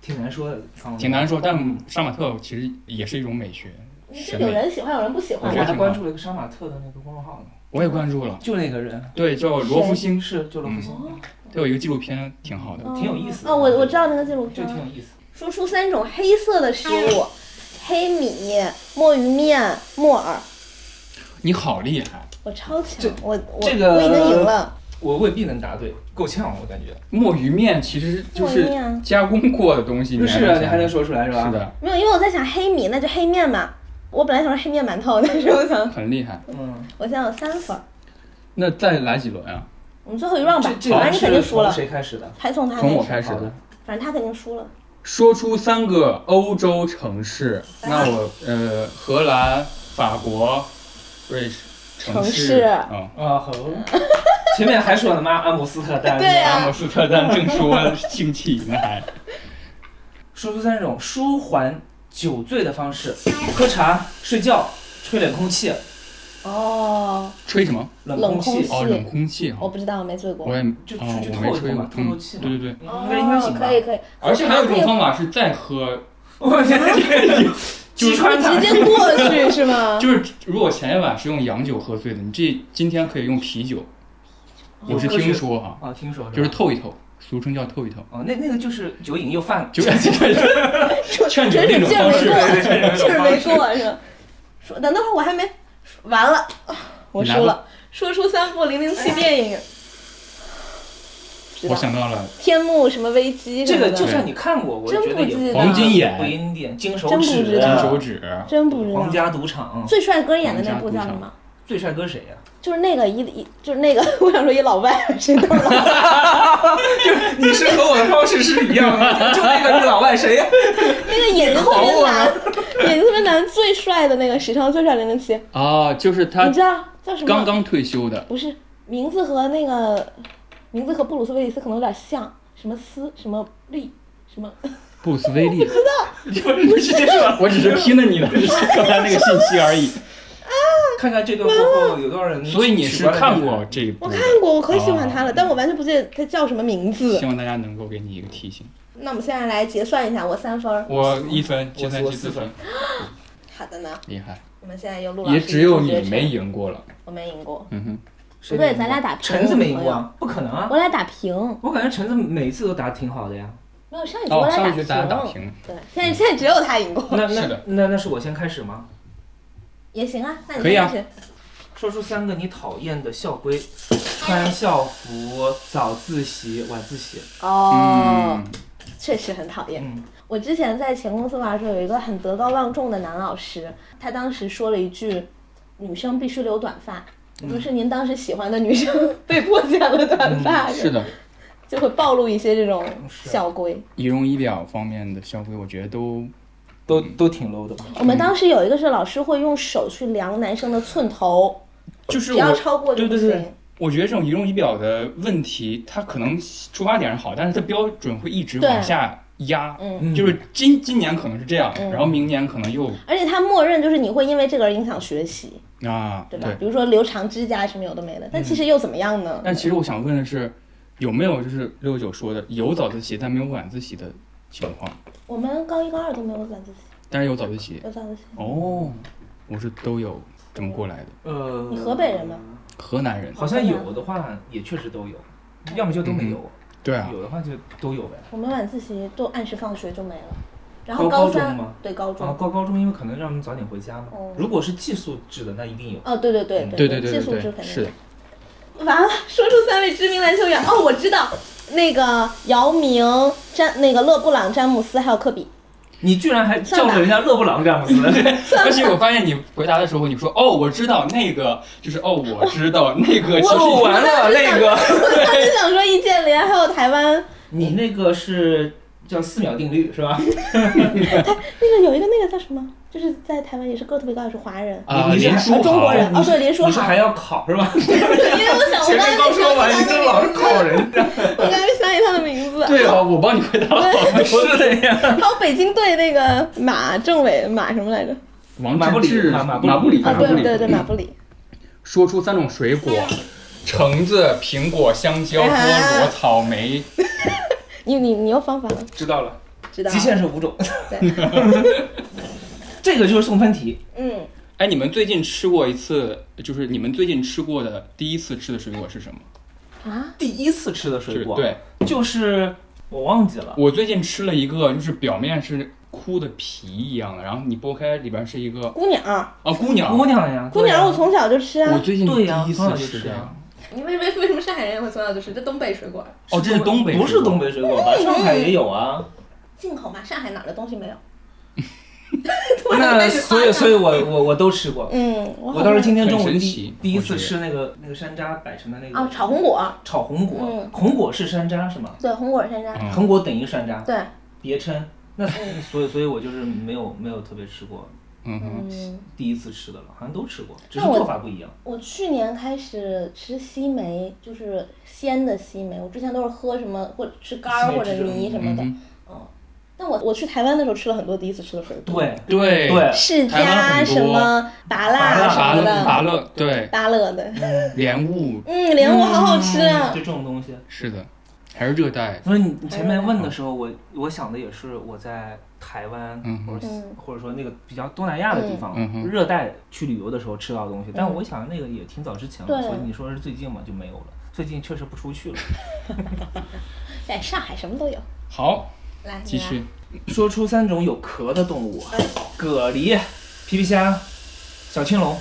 Speaker 2: 挺难说的，
Speaker 3: 哼，挺难说。但杀马特其实也是一种美学
Speaker 1: 就
Speaker 3: 审
Speaker 1: 有
Speaker 3: 美，
Speaker 1: 人喜欢，有人不喜
Speaker 2: 我
Speaker 1: 欢
Speaker 3: 觉
Speaker 2: 还
Speaker 1: 吧。
Speaker 3: 得挺好
Speaker 2: 关注了一个杀马特的那个公众号呢，
Speaker 3: 我也关注了。
Speaker 2: 就那个人，
Speaker 3: 对，叫罗福星，
Speaker 2: 是就罗福星，
Speaker 3: 他有一个纪录片挺好的。
Speaker 1: 嗯
Speaker 2: 挺有意思的
Speaker 1: 哦，我我知道那个纪录
Speaker 2: 这
Speaker 1: 片
Speaker 2: 挺。有意思。
Speaker 1: 说出三种黑色的食物：黑米、墨鱼面、木耳。
Speaker 3: 你好厉害，
Speaker 1: 我超强
Speaker 2: 这，
Speaker 1: 我我
Speaker 2: 这个
Speaker 1: 我已经赢了。
Speaker 2: 我未必能答对，够呛我感觉。
Speaker 3: 墨鱼面其实就
Speaker 1: 墨
Speaker 3: 是
Speaker 1: 鱼面啊
Speaker 3: 加工过的东西，
Speaker 2: 不
Speaker 3: 你
Speaker 2: 是啊，你还能说出来是吧？
Speaker 3: 是，的，
Speaker 1: 没有，因为我在想黑米，那就黑面嘛。我本来想说黑面馒头，但是我想，
Speaker 3: 很厉害。
Speaker 2: 嗯，
Speaker 1: 我现在有三分儿。
Speaker 3: 那再来几轮啊？
Speaker 1: 我们最后一 round 吧
Speaker 2: 这，这
Speaker 1: 反
Speaker 2: 个
Speaker 1: 正你肯定
Speaker 2: 是
Speaker 1: 输
Speaker 2: 从
Speaker 1: 了。
Speaker 2: 谁开始的？
Speaker 1: 还从他
Speaker 3: 从我
Speaker 1: 始，
Speaker 3: 开始
Speaker 2: 好
Speaker 3: 的
Speaker 2: 的。
Speaker 1: 反正他肯定输了。
Speaker 3: 说出三个欧洲城市，那我呃，荷兰、法国、瑞士城
Speaker 1: 城
Speaker 3: 市
Speaker 1: 市
Speaker 3: 啊，
Speaker 2: 啊，好。前面还说呢，妈阿姆斯特 丹。
Speaker 1: 对啊
Speaker 3: 阿姆斯特丹正说兴起呢，还
Speaker 2: 说出三种舒缓酒醉的方式：喝茶、睡觉、吹冷空气、
Speaker 1: 哦，
Speaker 3: 吹什么？
Speaker 2: 冷
Speaker 1: 冷
Speaker 2: 空
Speaker 1: 空
Speaker 2: 气
Speaker 1: 气。
Speaker 3: 哦，冷空气哈
Speaker 1: 我，不知道，我没醉过。
Speaker 3: 我也
Speaker 2: 就
Speaker 3: 哦
Speaker 2: 出去
Speaker 3: 我
Speaker 2: 透
Speaker 3: 没
Speaker 2: 一
Speaker 3: 吹
Speaker 2: 透嘛
Speaker 3: 过，，
Speaker 2: 透透
Speaker 3: 嗯，
Speaker 2: 气嘛。
Speaker 3: 对对对。
Speaker 2: 应该应该行
Speaker 1: 哦，
Speaker 2: 吧？
Speaker 1: 可以。可以。
Speaker 3: 而且还有一
Speaker 1: 可
Speaker 3: 种
Speaker 1: 以
Speaker 3: 方法是再喝，
Speaker 2: 我觉得这个击穿
Speaker 1: 直
Speaker 2: 它。
Speaker 1: 接过去是吗？
Speaker 3: 就是如果前一晚是用洋酒喝醉的，你这今天可以用啤酒。我是听说哈，
Speaker 2: 啊，听说吧
Speaker 3: 就是透一透，俗称叫透一透，
Speaker 2: 哦，那那个 就是酒瘾又犯了。
Speaker 3: 酒劝 酒
Speaker 1: 真
Speaker 3: 那
Speaker 1: 是
Speaker 3: 种
Speaker 1: 劲儿
Speaker 3: 方式。
Speaker 1: 没
Speaker 2: 对
Speaker 1: 过，劲儿没过是吧？说等等会儿我还没完了，啊我
Speaker 3: 你来吧
Speaker 1: 输了。说出三部零零七电影，知
Speaker 3: 我
Speaker 1: 道
Speaker 3: 想到了
Speaker 1: 天幕什么危机什
Speaker 2: 这
Speaker 1: 么
Speaker 2: 个
Speaker 1: 的
Speaker 2: 就算你看过，我觉得也
Speaker 1: 真不知道
Speaker 3: 黄金
Speaker 2: 不
Speaker 3: 眼、
Speaker 2: 一定。金手
Speaker 1: 真不
Speaker 2: 指
Speaker 1: 知道
Speaker 3: 手指，
Speaker 1: 真不知
Speaker 2: 皇
Speaker 1: 道。
Speaker 2: 家赌场，
Speaker 1: 最帅哥演的那部叫什么？
Speaker 2: 最帅哥谁呀？
Speaker 1: 就是那个一一就是那个， 我想说一老外，谁都是老外，
Speaker 2: 你是和我的方式是一样的，就那个老外谁呀？
Speaker 1: 那个眼睛特
Speaker 2: 你考
Speaker 1: 别
Speaker 2: 我
Speaker 1: 蓝
Speaker 2: 呢，
Speaker 1: 眼睛特别蓝，最帅的那个史上最帅零零七，
Speaker 3: 啊，就是他
Speaker 1: 你知道叫什么？
Speaker 3: 刚刚退休的
Speaker 1: 不是名字和那个名字和布鲁斯威利斯可能有点像，什么斯什么利什么，
Speaker 3: 布斯威利。不知道，我只是听了你的刚才那个信息 而已。
Speaker 2: 看看这段过后有多少人取关了这个。
Speaker 3: 所以你是看过这一部
Speaker 1: 我
Speaker 3: 的
Speaker 1: 看，过，我可喜欢他了，
Speaker 3: 哦
Speaker 1: 但我完全不记得他叫什么名字
Speaker 3: 希。望大家能够给你一个提醒。
Speaker 1: 那我们现在来结算一下，我三分儿。
Speaker 3: 我一分，
Speaker 2: 我
Speaker 3: 现在
Speaker 2: 我
Speaker 3: 是
Speaker 2: 四分，
Speaker 1: 好的呢，
Speaker 3: 厉害，
Speaker 1: 我们现在又录了。
Speaker 3: 也只有你没，赢过了。
Speaker 1: 我没赢过。
Speaker 3: 嗯哼，
Speaker 2: 谁
Speaker 1: 不对
Speaker 2: 赢
Speaker 1: 咱俩打平
Speaker 2: 橙子没赢
Speaker 1: 朋
Speaker 2: 过
Speaker 1: 友
Speaker 2: 啊，不可能啊！
Speaker 1: 我俩打平，
Speaker 2: 我感觉橙子每次都打的挺好的呀。
Speaker 1: 没有上一局我
Speaker 3: 哦，
Speaker 1: 俩
Speaker 3: 上
Speaker 1: 打
Speaker 3: 一局
Speaker 1: 平。
Speaker 3: 大家打平，
Speaker 1: 对，现在现在只有他赢过，
Speaker 2: 那
Speaker 3: 是
Speaker 2: 那
Speaker 3: 的
Speaker 2: 那那是我先开始吗？
Speaker 1: 也行啊。那你
Speaker 3: 可以啊
Speaker 1: 开始
Speaker 2: 说出三个你讨厌的校规：穿校服、早自习、晚自习。
Speaker 1: 哦
Speaker 3: 嗯，，
Speaker 1: 确实很讨厌。
Speaker 2: 嗯，
Speaker 1: 我之前在前公司玩的时候，有一个很德高望重的男老师，他当时说了一句：“女生必须留短发。”就是您当时喜欢的女生 被迫剪了短发，
Speaker 3: 是的，
Speaker 1: 就会暴露一些这种
Speaker 2: 是
Speaker 1: 校规。
Speaker 3: 仪容仪表方面的校规，我觉得都
Speaker 2: 都都挺 low 的吧？
Speaker 1: 我们当时有一个是老师会用手去量男生的寸头，
Speaker 3: 就是
Speaker 1: 只要
Speaker 3: 我，
Speaker 1: 超过就不
Speaker 2: 对对对
Speaker 1: 行。
Speaker 3: 我觉得这种仪容仪表的问题，它可能出发点是好，但是它标准会一直
Speaker 1: 对
Speaker 3: 往下压，
Speaker 1: 嗯，
Speaker 2: 嗯
Speaker 3: 就是今今年可能是这样，
Speaker 1: 嗯
Speaker 3: 然后明年可能又
Speaker 1: 而且他默认就是你会因为这个而影响学习，
Speaker 3: 啊，
Speaker 1: 对吧？比如说留长指甲什么有的没的，但其实又怎么样呢？
Speaker 3: 但其实我想问的是，有没有就是六九说的有早自习但没有晚自习的情况？
Speaker 1: 我们高一高二都没有晚自习，
Speaker 3: 但是有早自习
Speaker 1: 有早自习。
Speaker 3: 哦，我是都有这么过来的。
Speaker 2: 呃，
Speaker 1: 你河北人吗？
Speaker 3: 河南人，
Speaker 2: 好像有的话也确实都有，
Speaker 1: 嗯
Speaker 2: 要么就都没有，
Speaker 3: 对啊，
Speaker 2: 有的话就都有呗。
Speaker 1: 我们晚自习都按时放学就没了，然后
Speaker 2: 高高
Speaker 1: 三
Speaker 2: 中吗
Speaker 1: 对高中
Speaker 2: 啊，高高中因为可能让我们早点回家嘛
Speaker 1: 哦。
Speaker 2: 如果是寄宿制的，那一定有。
Speaker 1: 哦对对对对
Speaker 3: 对对对
Speaker 1: 寄宿制
Speaker 3: 对
Speaker 1: 肯
Speaker 3: 对，
Speaker 1: 定
Speaker 3: 是的，
Speaker 1: 完了， 说出三位知名篮球员哦，我知道那个姚明、詹那个勒布朗、詹姆斯还有科 比，
Speaker 2: 你居然还叫
Speaker 1: 算吧
Speaker 2: 了人家勒布朗詹姆斯，
Speaker 3: 而且我发现你回答的时候，你说哦，我知道那个，就是哦，我知道那 个，其
Speaker 2: 哦，
Speaker 3: 实
Speaker 2: 完了那个。
Speaker 1: 我当时想说易建联还有台湾
Speaker 2: 你那个是叫四秒定律是吧？
Speaker 1: 那个有一个那个叫什么就是在台湾也是个头被告是华人，
Speaker 3: 啊
Speaker 2: 你是
Speaker 3: 林书
Speaker 1: 啊中国
Speaker 3: 豪，
Speaker 1: 人哦，对，林书
Speaker 2: 你是
Speaker 1: 豪
Speaker 2: 还，要考是吧？
Speaker 1: 因为 我想我
Speaker 2: 前
Speaker 1: 刚才
Speaker 2: 面
Speaker 1: 没
Speaker 2: 刚
Speaker 1: 想起
Speaker 2: 说
Speaker 1: 他
Speaker 2: 完，
Speaker 1: 的
Speaker 2: 你这老是
Speaker 1: 名字，
Speaker 2: 考 人家，
Speaker 1: 我刚才没想起他的名字。
Speaker 3: 对啊，我帮你回答了好多
Speaker 2: 是的呀。
Speaker 1: 还有北京队那个马政委马什么来着？
Speaker 3: 王
Speaker 2: 马布里
Speaker 3: 治郅
Speaker 2: 马
Speaker 3: 马
Speaker 2: 马
Speaker 3: 布
Speaker 2: 布
Speaker 3: 里，
Speaker 2: 里
Speaker 1: 啊，
Speaker 3: 马布
Speaker 1: 对
Speaker 3: 里，
Speaker 1: 对对，马布里。
Speaker 3: 说出三种水果：橙子、苹果、香蕉、菠萝、草莓。
Speaker 1: 你你你又方法了，
Speaker 3: 知道了，
Speaker 1: 知道了
Speaker 2: 极？限是五种，
Speaker 1: 对，
Speaker 2: 这个就是送分题。
Speaker 1: 嗯，
Speaker 3: 哎，你们最近吃过一次，就是你们最近吃过的第一次吃的水果是什么？
Speaker 1: 啊，
Speaker 2: 第一次吃的水果，
Speaker 3: 是对
Speaker 2: 就是我忘记了，
Speaker 3: 我最近吃了一个，就是表面是枯的皮一样的，然后你剥开里边是一个
Speaker 1: 姑娘，
Speaker 3: 啊姑娘。
Speaker 2: 姑娘呀，
Speaker 1: 姑娘，我从小就吃
Speaker 3: 我
Speaker 1: 啊。
Speaker 3: 最近
Speaker 2: 对呀，
Speaker 3: 第一
Speaker 2: 从
Speaker 3: 次
Speaker 2: 小就
Speaker 3: 吃
Speaker 2: 吃
Speaker 3: 这
Speaker 2: 啊
Speaker 3: 样。。
Speaker 1: 你为为为什么上海人也会从小就吃？这东北水果，
Speaker 3: 哦，这是东北，
Speaker 2: 不是东。北水果吧？上海也有啊。
Speaker 1: 进口嘛，上海哪儿的东西没有？
Speaker 2: 那所以，所以我我我都吃过。
Speaker 1: 嗯，我
Speaker 2: 我倒是今
Speaker 1: 天
Speaker 2: 天中午
Speaker 3: 很神
Speaker 2: 第
Speaker 3: 奇
Speaker 2: 第一次
Speaker 3: 我觉得
Speaker 2: 吃那个那个山楂摆成的那
Speaker 1: 啊，
Speaker 2: 个
Speaker 1: 炒红果，
Speaker 2: 炒红果
Speaker 1: 嗯，
Speaker 2: 红果是山楂是吗？
Speaker 1: 对，红果山楂，
Speaker 3: 嗯
Speaker 2: 红果等于山楂，
Speaker 1: 对，
Speaker 2: 别称。那所以所以我就是没有没有特别吃过，
Speaker 3: 嗯哼，
Speaker 1: 嗯。
Speaker 2: 第一次吃的了，好像都吃过，只是
Speaker 1: 那我
Speaker 2: 做法不一样。
Speaker 1: 我去年开始吃西梅，就是鲜的西梅。我之前都是喝什么或者吃干儿
Speaker 2: 西梅
Speaker 1: 或者
Speaker 2: 汁
Speaker 1: 泥什么
Speaker 3: 嗯
Speaker 1: 的。
Speaker 3: 哼，
Speaker 1: 嗯，但我我去台湾的时候吃了很多第一次吃的水果，
Speaker 2: 对，
Speaker 3: 对
Speaker 2: 对
Speaker 1: 释
Speaker 3: 台湾
Speaker 1: 迦
Speaker 3: 很
Speaker 1: 什
Speaker 3: 多
Speaker 1: 么拔
Speaker 2: 芭
Speaker 1: 辣
Speaker 2: 乐
Speaker 1: 什
Speaker 3: 芭
Speaker 1: 么
Speaker 3: 乐芭
Speaker 1: 的，
Speaker 3: 乐，对，
Speaker 1: 芭乐的，
Speaker 3: 莲雾
Speaker 1: 嗯，莲雾好好吃啊
Speaker 2: 就。这种东西。
Speaker 3: 是的，还是热带。
Speaker 2: 所以你前面问的时候，我我想的也是我在台湾
Speaker 3: 嗯，
Speaker 2: 或者
Speaker 1: 嗯
Speaker 2: 或者说那个比较东南亚的地方
Speaker 3: 嗯嗯，哼
Speaker 2: 热带去旅游的时候吃到的东西。但我想那个也挺早之
Speaker 1: 嗯
Speaker 2: 前
Speaker 1: 对
Speaker 2: 了，所以你说是最近嘛就没有了。最近确实不出去了。
Speaker 1: 在哎上海什么都有。
Speaker 3: 好，
Speaker 1: 来，你
Speaker 3: 嗯继
Speaker 1: 来。
Speaker 3: 续。
Speaker 2: 说出三种有壳的动物
Speaker 1: 哎：
Speaker 2: 蛤蜊、皮皮虾、小青龙。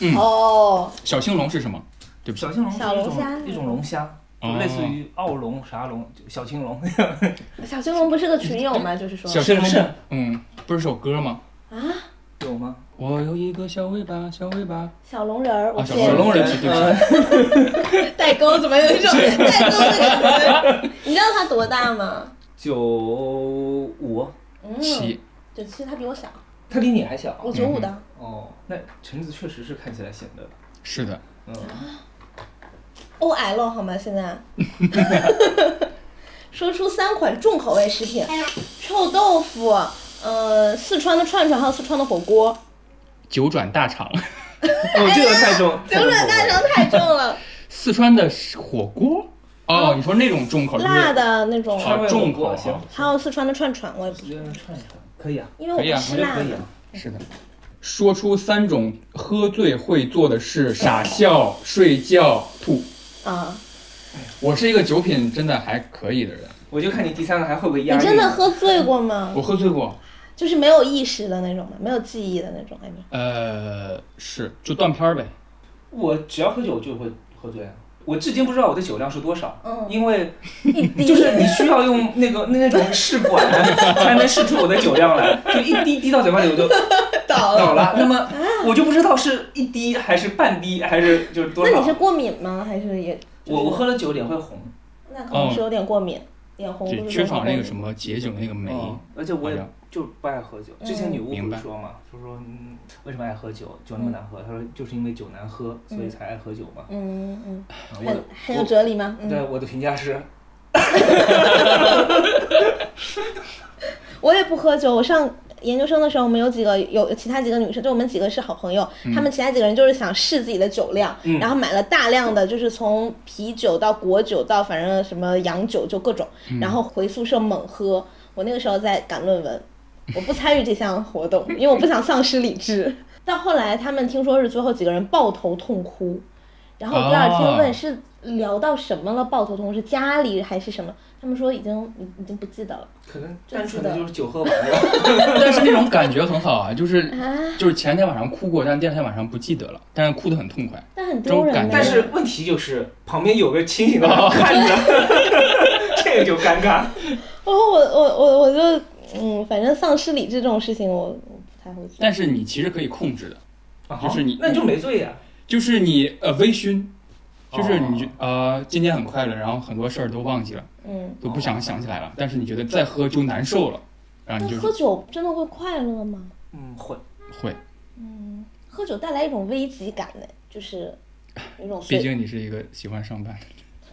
Speaker 3: 嗯
Speaker 1: 哦，
Speaker 3: 小青龙是什么？对不起
Speaker 2: 小，青龙是
Speaker 1: 小
Speaker 2: 一
Speaker 1: 龙虾
Speaker 2: 种一种龙虾，就
Speaker 3: 哦
Speaker 2: 类似于澳龙、啥龙、就小青龙。
Speaker 1: 小青龙不是个群友吗？就是说
Speaker 3: 嗯小青
Speaker 2: 是是
Speaker 3: 龙，嗯，不是首歌吗？
Speaker 1: 啊，
Speaker 2: 有吗？
Speaker 3: 我有一个小尾巴，小尾巴。
Speaker 1: 小龙人儿，我
Speaker 3: 啊小
Speaker 1: 记得
Speaker 3: 龙人对不起对不起
Speaker 2: 呃
Speaker 1: 代沟怎么有一种代沟的感觉？你知道他多大吗？
Speaker 2: 九五，
Speaker 1: 嗯，
Speaker 3: 七，嗯
Speaker 1: 对，其实他比我小，
Speaker 2: 它比你还小。
Speaker 1: 我九五的。
Speaker 2: 哦，那橙子确实是看起来显得，
Speaker 3: 是的，
Speaker 2: 嗯，
Speaker 1: O L 好吗？现 在，说出三款重口味食品：臭豆腐，呃，四川的串串，还有四川的火锅。
Speaker 3: 九转大肠，
Speaker 1: 哎
Speaker 2: 哦，这个太重，
Speaker 1: 九转大肠太重了，
Speaker 3: 四川的火锅。哦，你说那种重口就是
Speaker 1: 嗯辣的那种，
Speaker 3: 好重口啊
Speaker 2: 行，
Speaker 1: 还有四川的串串，我也不
Speaker 2: 直，接串一串，可以啊，
Speaker 1: 因为我
Speaker 3: 可以啊
Speaker 1: 不吃辣
Speaker 2: 可以
Speaker 1: 的
Speaker 2: 啊。。
Speaker 3: 是的。说出三种喝醉会做的事：傻笑、睡觉、吐。
Speaker 1: 啊。
Speaker 3: 我是一个酒品真的还可以的人，
Speaker 2: 我就看你第三个还会不会
Speaker 1: 你
Speaker 2: 压力。
Speaker 1: 真的喝醉过吗？
Speaker 3: 我喝醉过，
Speaker 1: 就是没有意识的那种吗？没有记忆的那种，I mean，
Speaker 3: 呃，是就断片儿呗。
Speaker 2: 我只要喝酒就会喝醉啊。我至今不知道我的酒量是多少，
Speaker 1: 嗯
Speaker 2: 因为
Speaker 1: 一滴
Speaker 2: 就是你需要用那个那种试管才能试出我的酒量来，就一滴滴到嘴巴里我就
Speaker 1: 倒
Speaker 2: 倒了。那么我就不知道是一滴还是半滴还是就是多
Speaker 1: 那你是
Speaker 2: 少。
Speaker 1: 过敏吗？还是也？就是
Speaker 2: 我我喝了酒脸会红，
Speaker 1: 那可能是有点过敏，眼红
Speaker 3: 就
Speaker 1: 不是
Speaker 3: 缺
Speaker 1: 说
Speaker 3: 少
Speaker 1: 过
Speaker 3: 那个
Speaker 1: 敏
Speaker 3: 什么解酒那个酶。
Speaker 1: 哦
Speaker 2: 嗯而且我
Speaker 3: 好
Speaker 2: 也
Speaker 3: 像
Speaker 2: 就不爱喝
Speaker 1: 嗯
Speaker 2: 酒。之前女巫
Speaker 3: 明
Speaker 2: 不
Speaker 3: 白
Speaker 2: 是说嘛，就说嗯为什么爱喝酒，酒那么难喝？她说就是因为酒难喝，所以才爱喝酒嘛。
Speaker 1: 嗯嗯，
Speaker 2: 啊
Speaker 1: 嗯
Speaker 2: 我的
Speaker 1: 很很有哲理吗？
Speaker 2: 对
Speaker 1: 嗯，
Speaker 2: 我的评价是，
Speaker 1: 我也不喝酒。我上研究生的时候，我们有几个有其他几个女生，就我们几个是好朋友，她们其他几个人就是想试自己的酒量，
Speaker 2: 嗯
Speaker 1: 然后买了大量的，就是从啤酒到果酒到反正什么洋酒就各种，然后回宿舍猛喝。我那个时候在赶论文，我不参与这项活动，因为我不想丧失理智。到后来，他们听说是最后几个人抱头痛哭，然后我第二天问
Speaker 3: 哦
Speaker 1: 是聊到什么了，抱头痛哭是家里还是什么？他们说已经已已经不记得了
Speaker 2: 可能
Speaker 1: 真
Speaker 2: 单纯的
Speaker 1: 是的
Speaker 2: 就是酒喝完了。
Speaker 3: 但是那种感觉很好啊，就是
Speaker 1: 啊，
Speaker 3: 就是前天晚上哭过，但第二天晚上不记得了，但是哭得很痛快。
Speaker 1: 但很丢人
Speaker 3: 这种感
Speaker 1: 的。
Speaker 3: 觉
Speaker 2: 但是问题就是旁边有个清 醒的人看着，这个就尴尬。
Speaker 1: 然哦后我我我我就嗯，反正丧失理智这种事情我我不太会做。
Speaker 3: 但是你其实可以控制的，就是你
Speaker 2: 哦那 你就没醉呀、
Speaker 3: 就是你呃微醺，就是
Speaker 2: 哦
Speaker 3: 你觉呃今天很快乐，然后很多事儿都忘记了，
Speaker 1: 嗯，
Speaker 3: 都不想想起来了，但是你觉得再喝就难受了，然后
Speaker 1: 那
Speaker 3: 你就
Speaker 1: 喝酒真的会快乐吗？
Speaker 2: 嗯，会。
Speaker 3: 会，
Speaker 1: 嗯，喝酒带来一种危机感呢，就是有一种
Speaker 3: 毕
Speaker 1: 随，
Speaker 3: 竟你是一个喜欢上班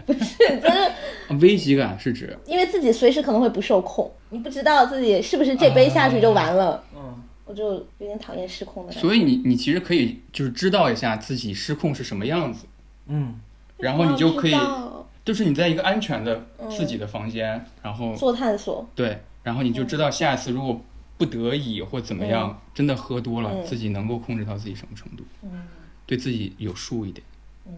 Speaker 3: 的人。
Speaker 1: 就是
Speaker 3: 危机感是指
Speaker 1: 因为自己随时可能会不受控，你不知道自己是不是这
Speaker 3: 啊
Speaker 1: 杯下去就完了，
Speaker 2: 嗯，
Speaker 1: 我就有点讨厌失控的感觉。
Speaker 3: 所以你你其实可以就是知道一下自己失控是什么样子，
Speaker 2: 嗯，
Speaker 3: 然后你就可以
Speaker 1: 哦不知道
Speaker 3: 就是你在一个安全的
Speaker 1: 嗯
Speaker 3: 自己的房间，然后
Speaker 1: 做探索，
Speaker 3: 对，然后你就
Speaker 1: 嗯
Speaker 3: 知道下一次如果不得已或怎么样，真的喝多了，
Speaker 1: 嗯
Speaker 3: 自己能够控制到自己什么程度，
Speaker 1: 嗯
Speaker 3: 对自己有数一点。
Speaker 1: 嗯。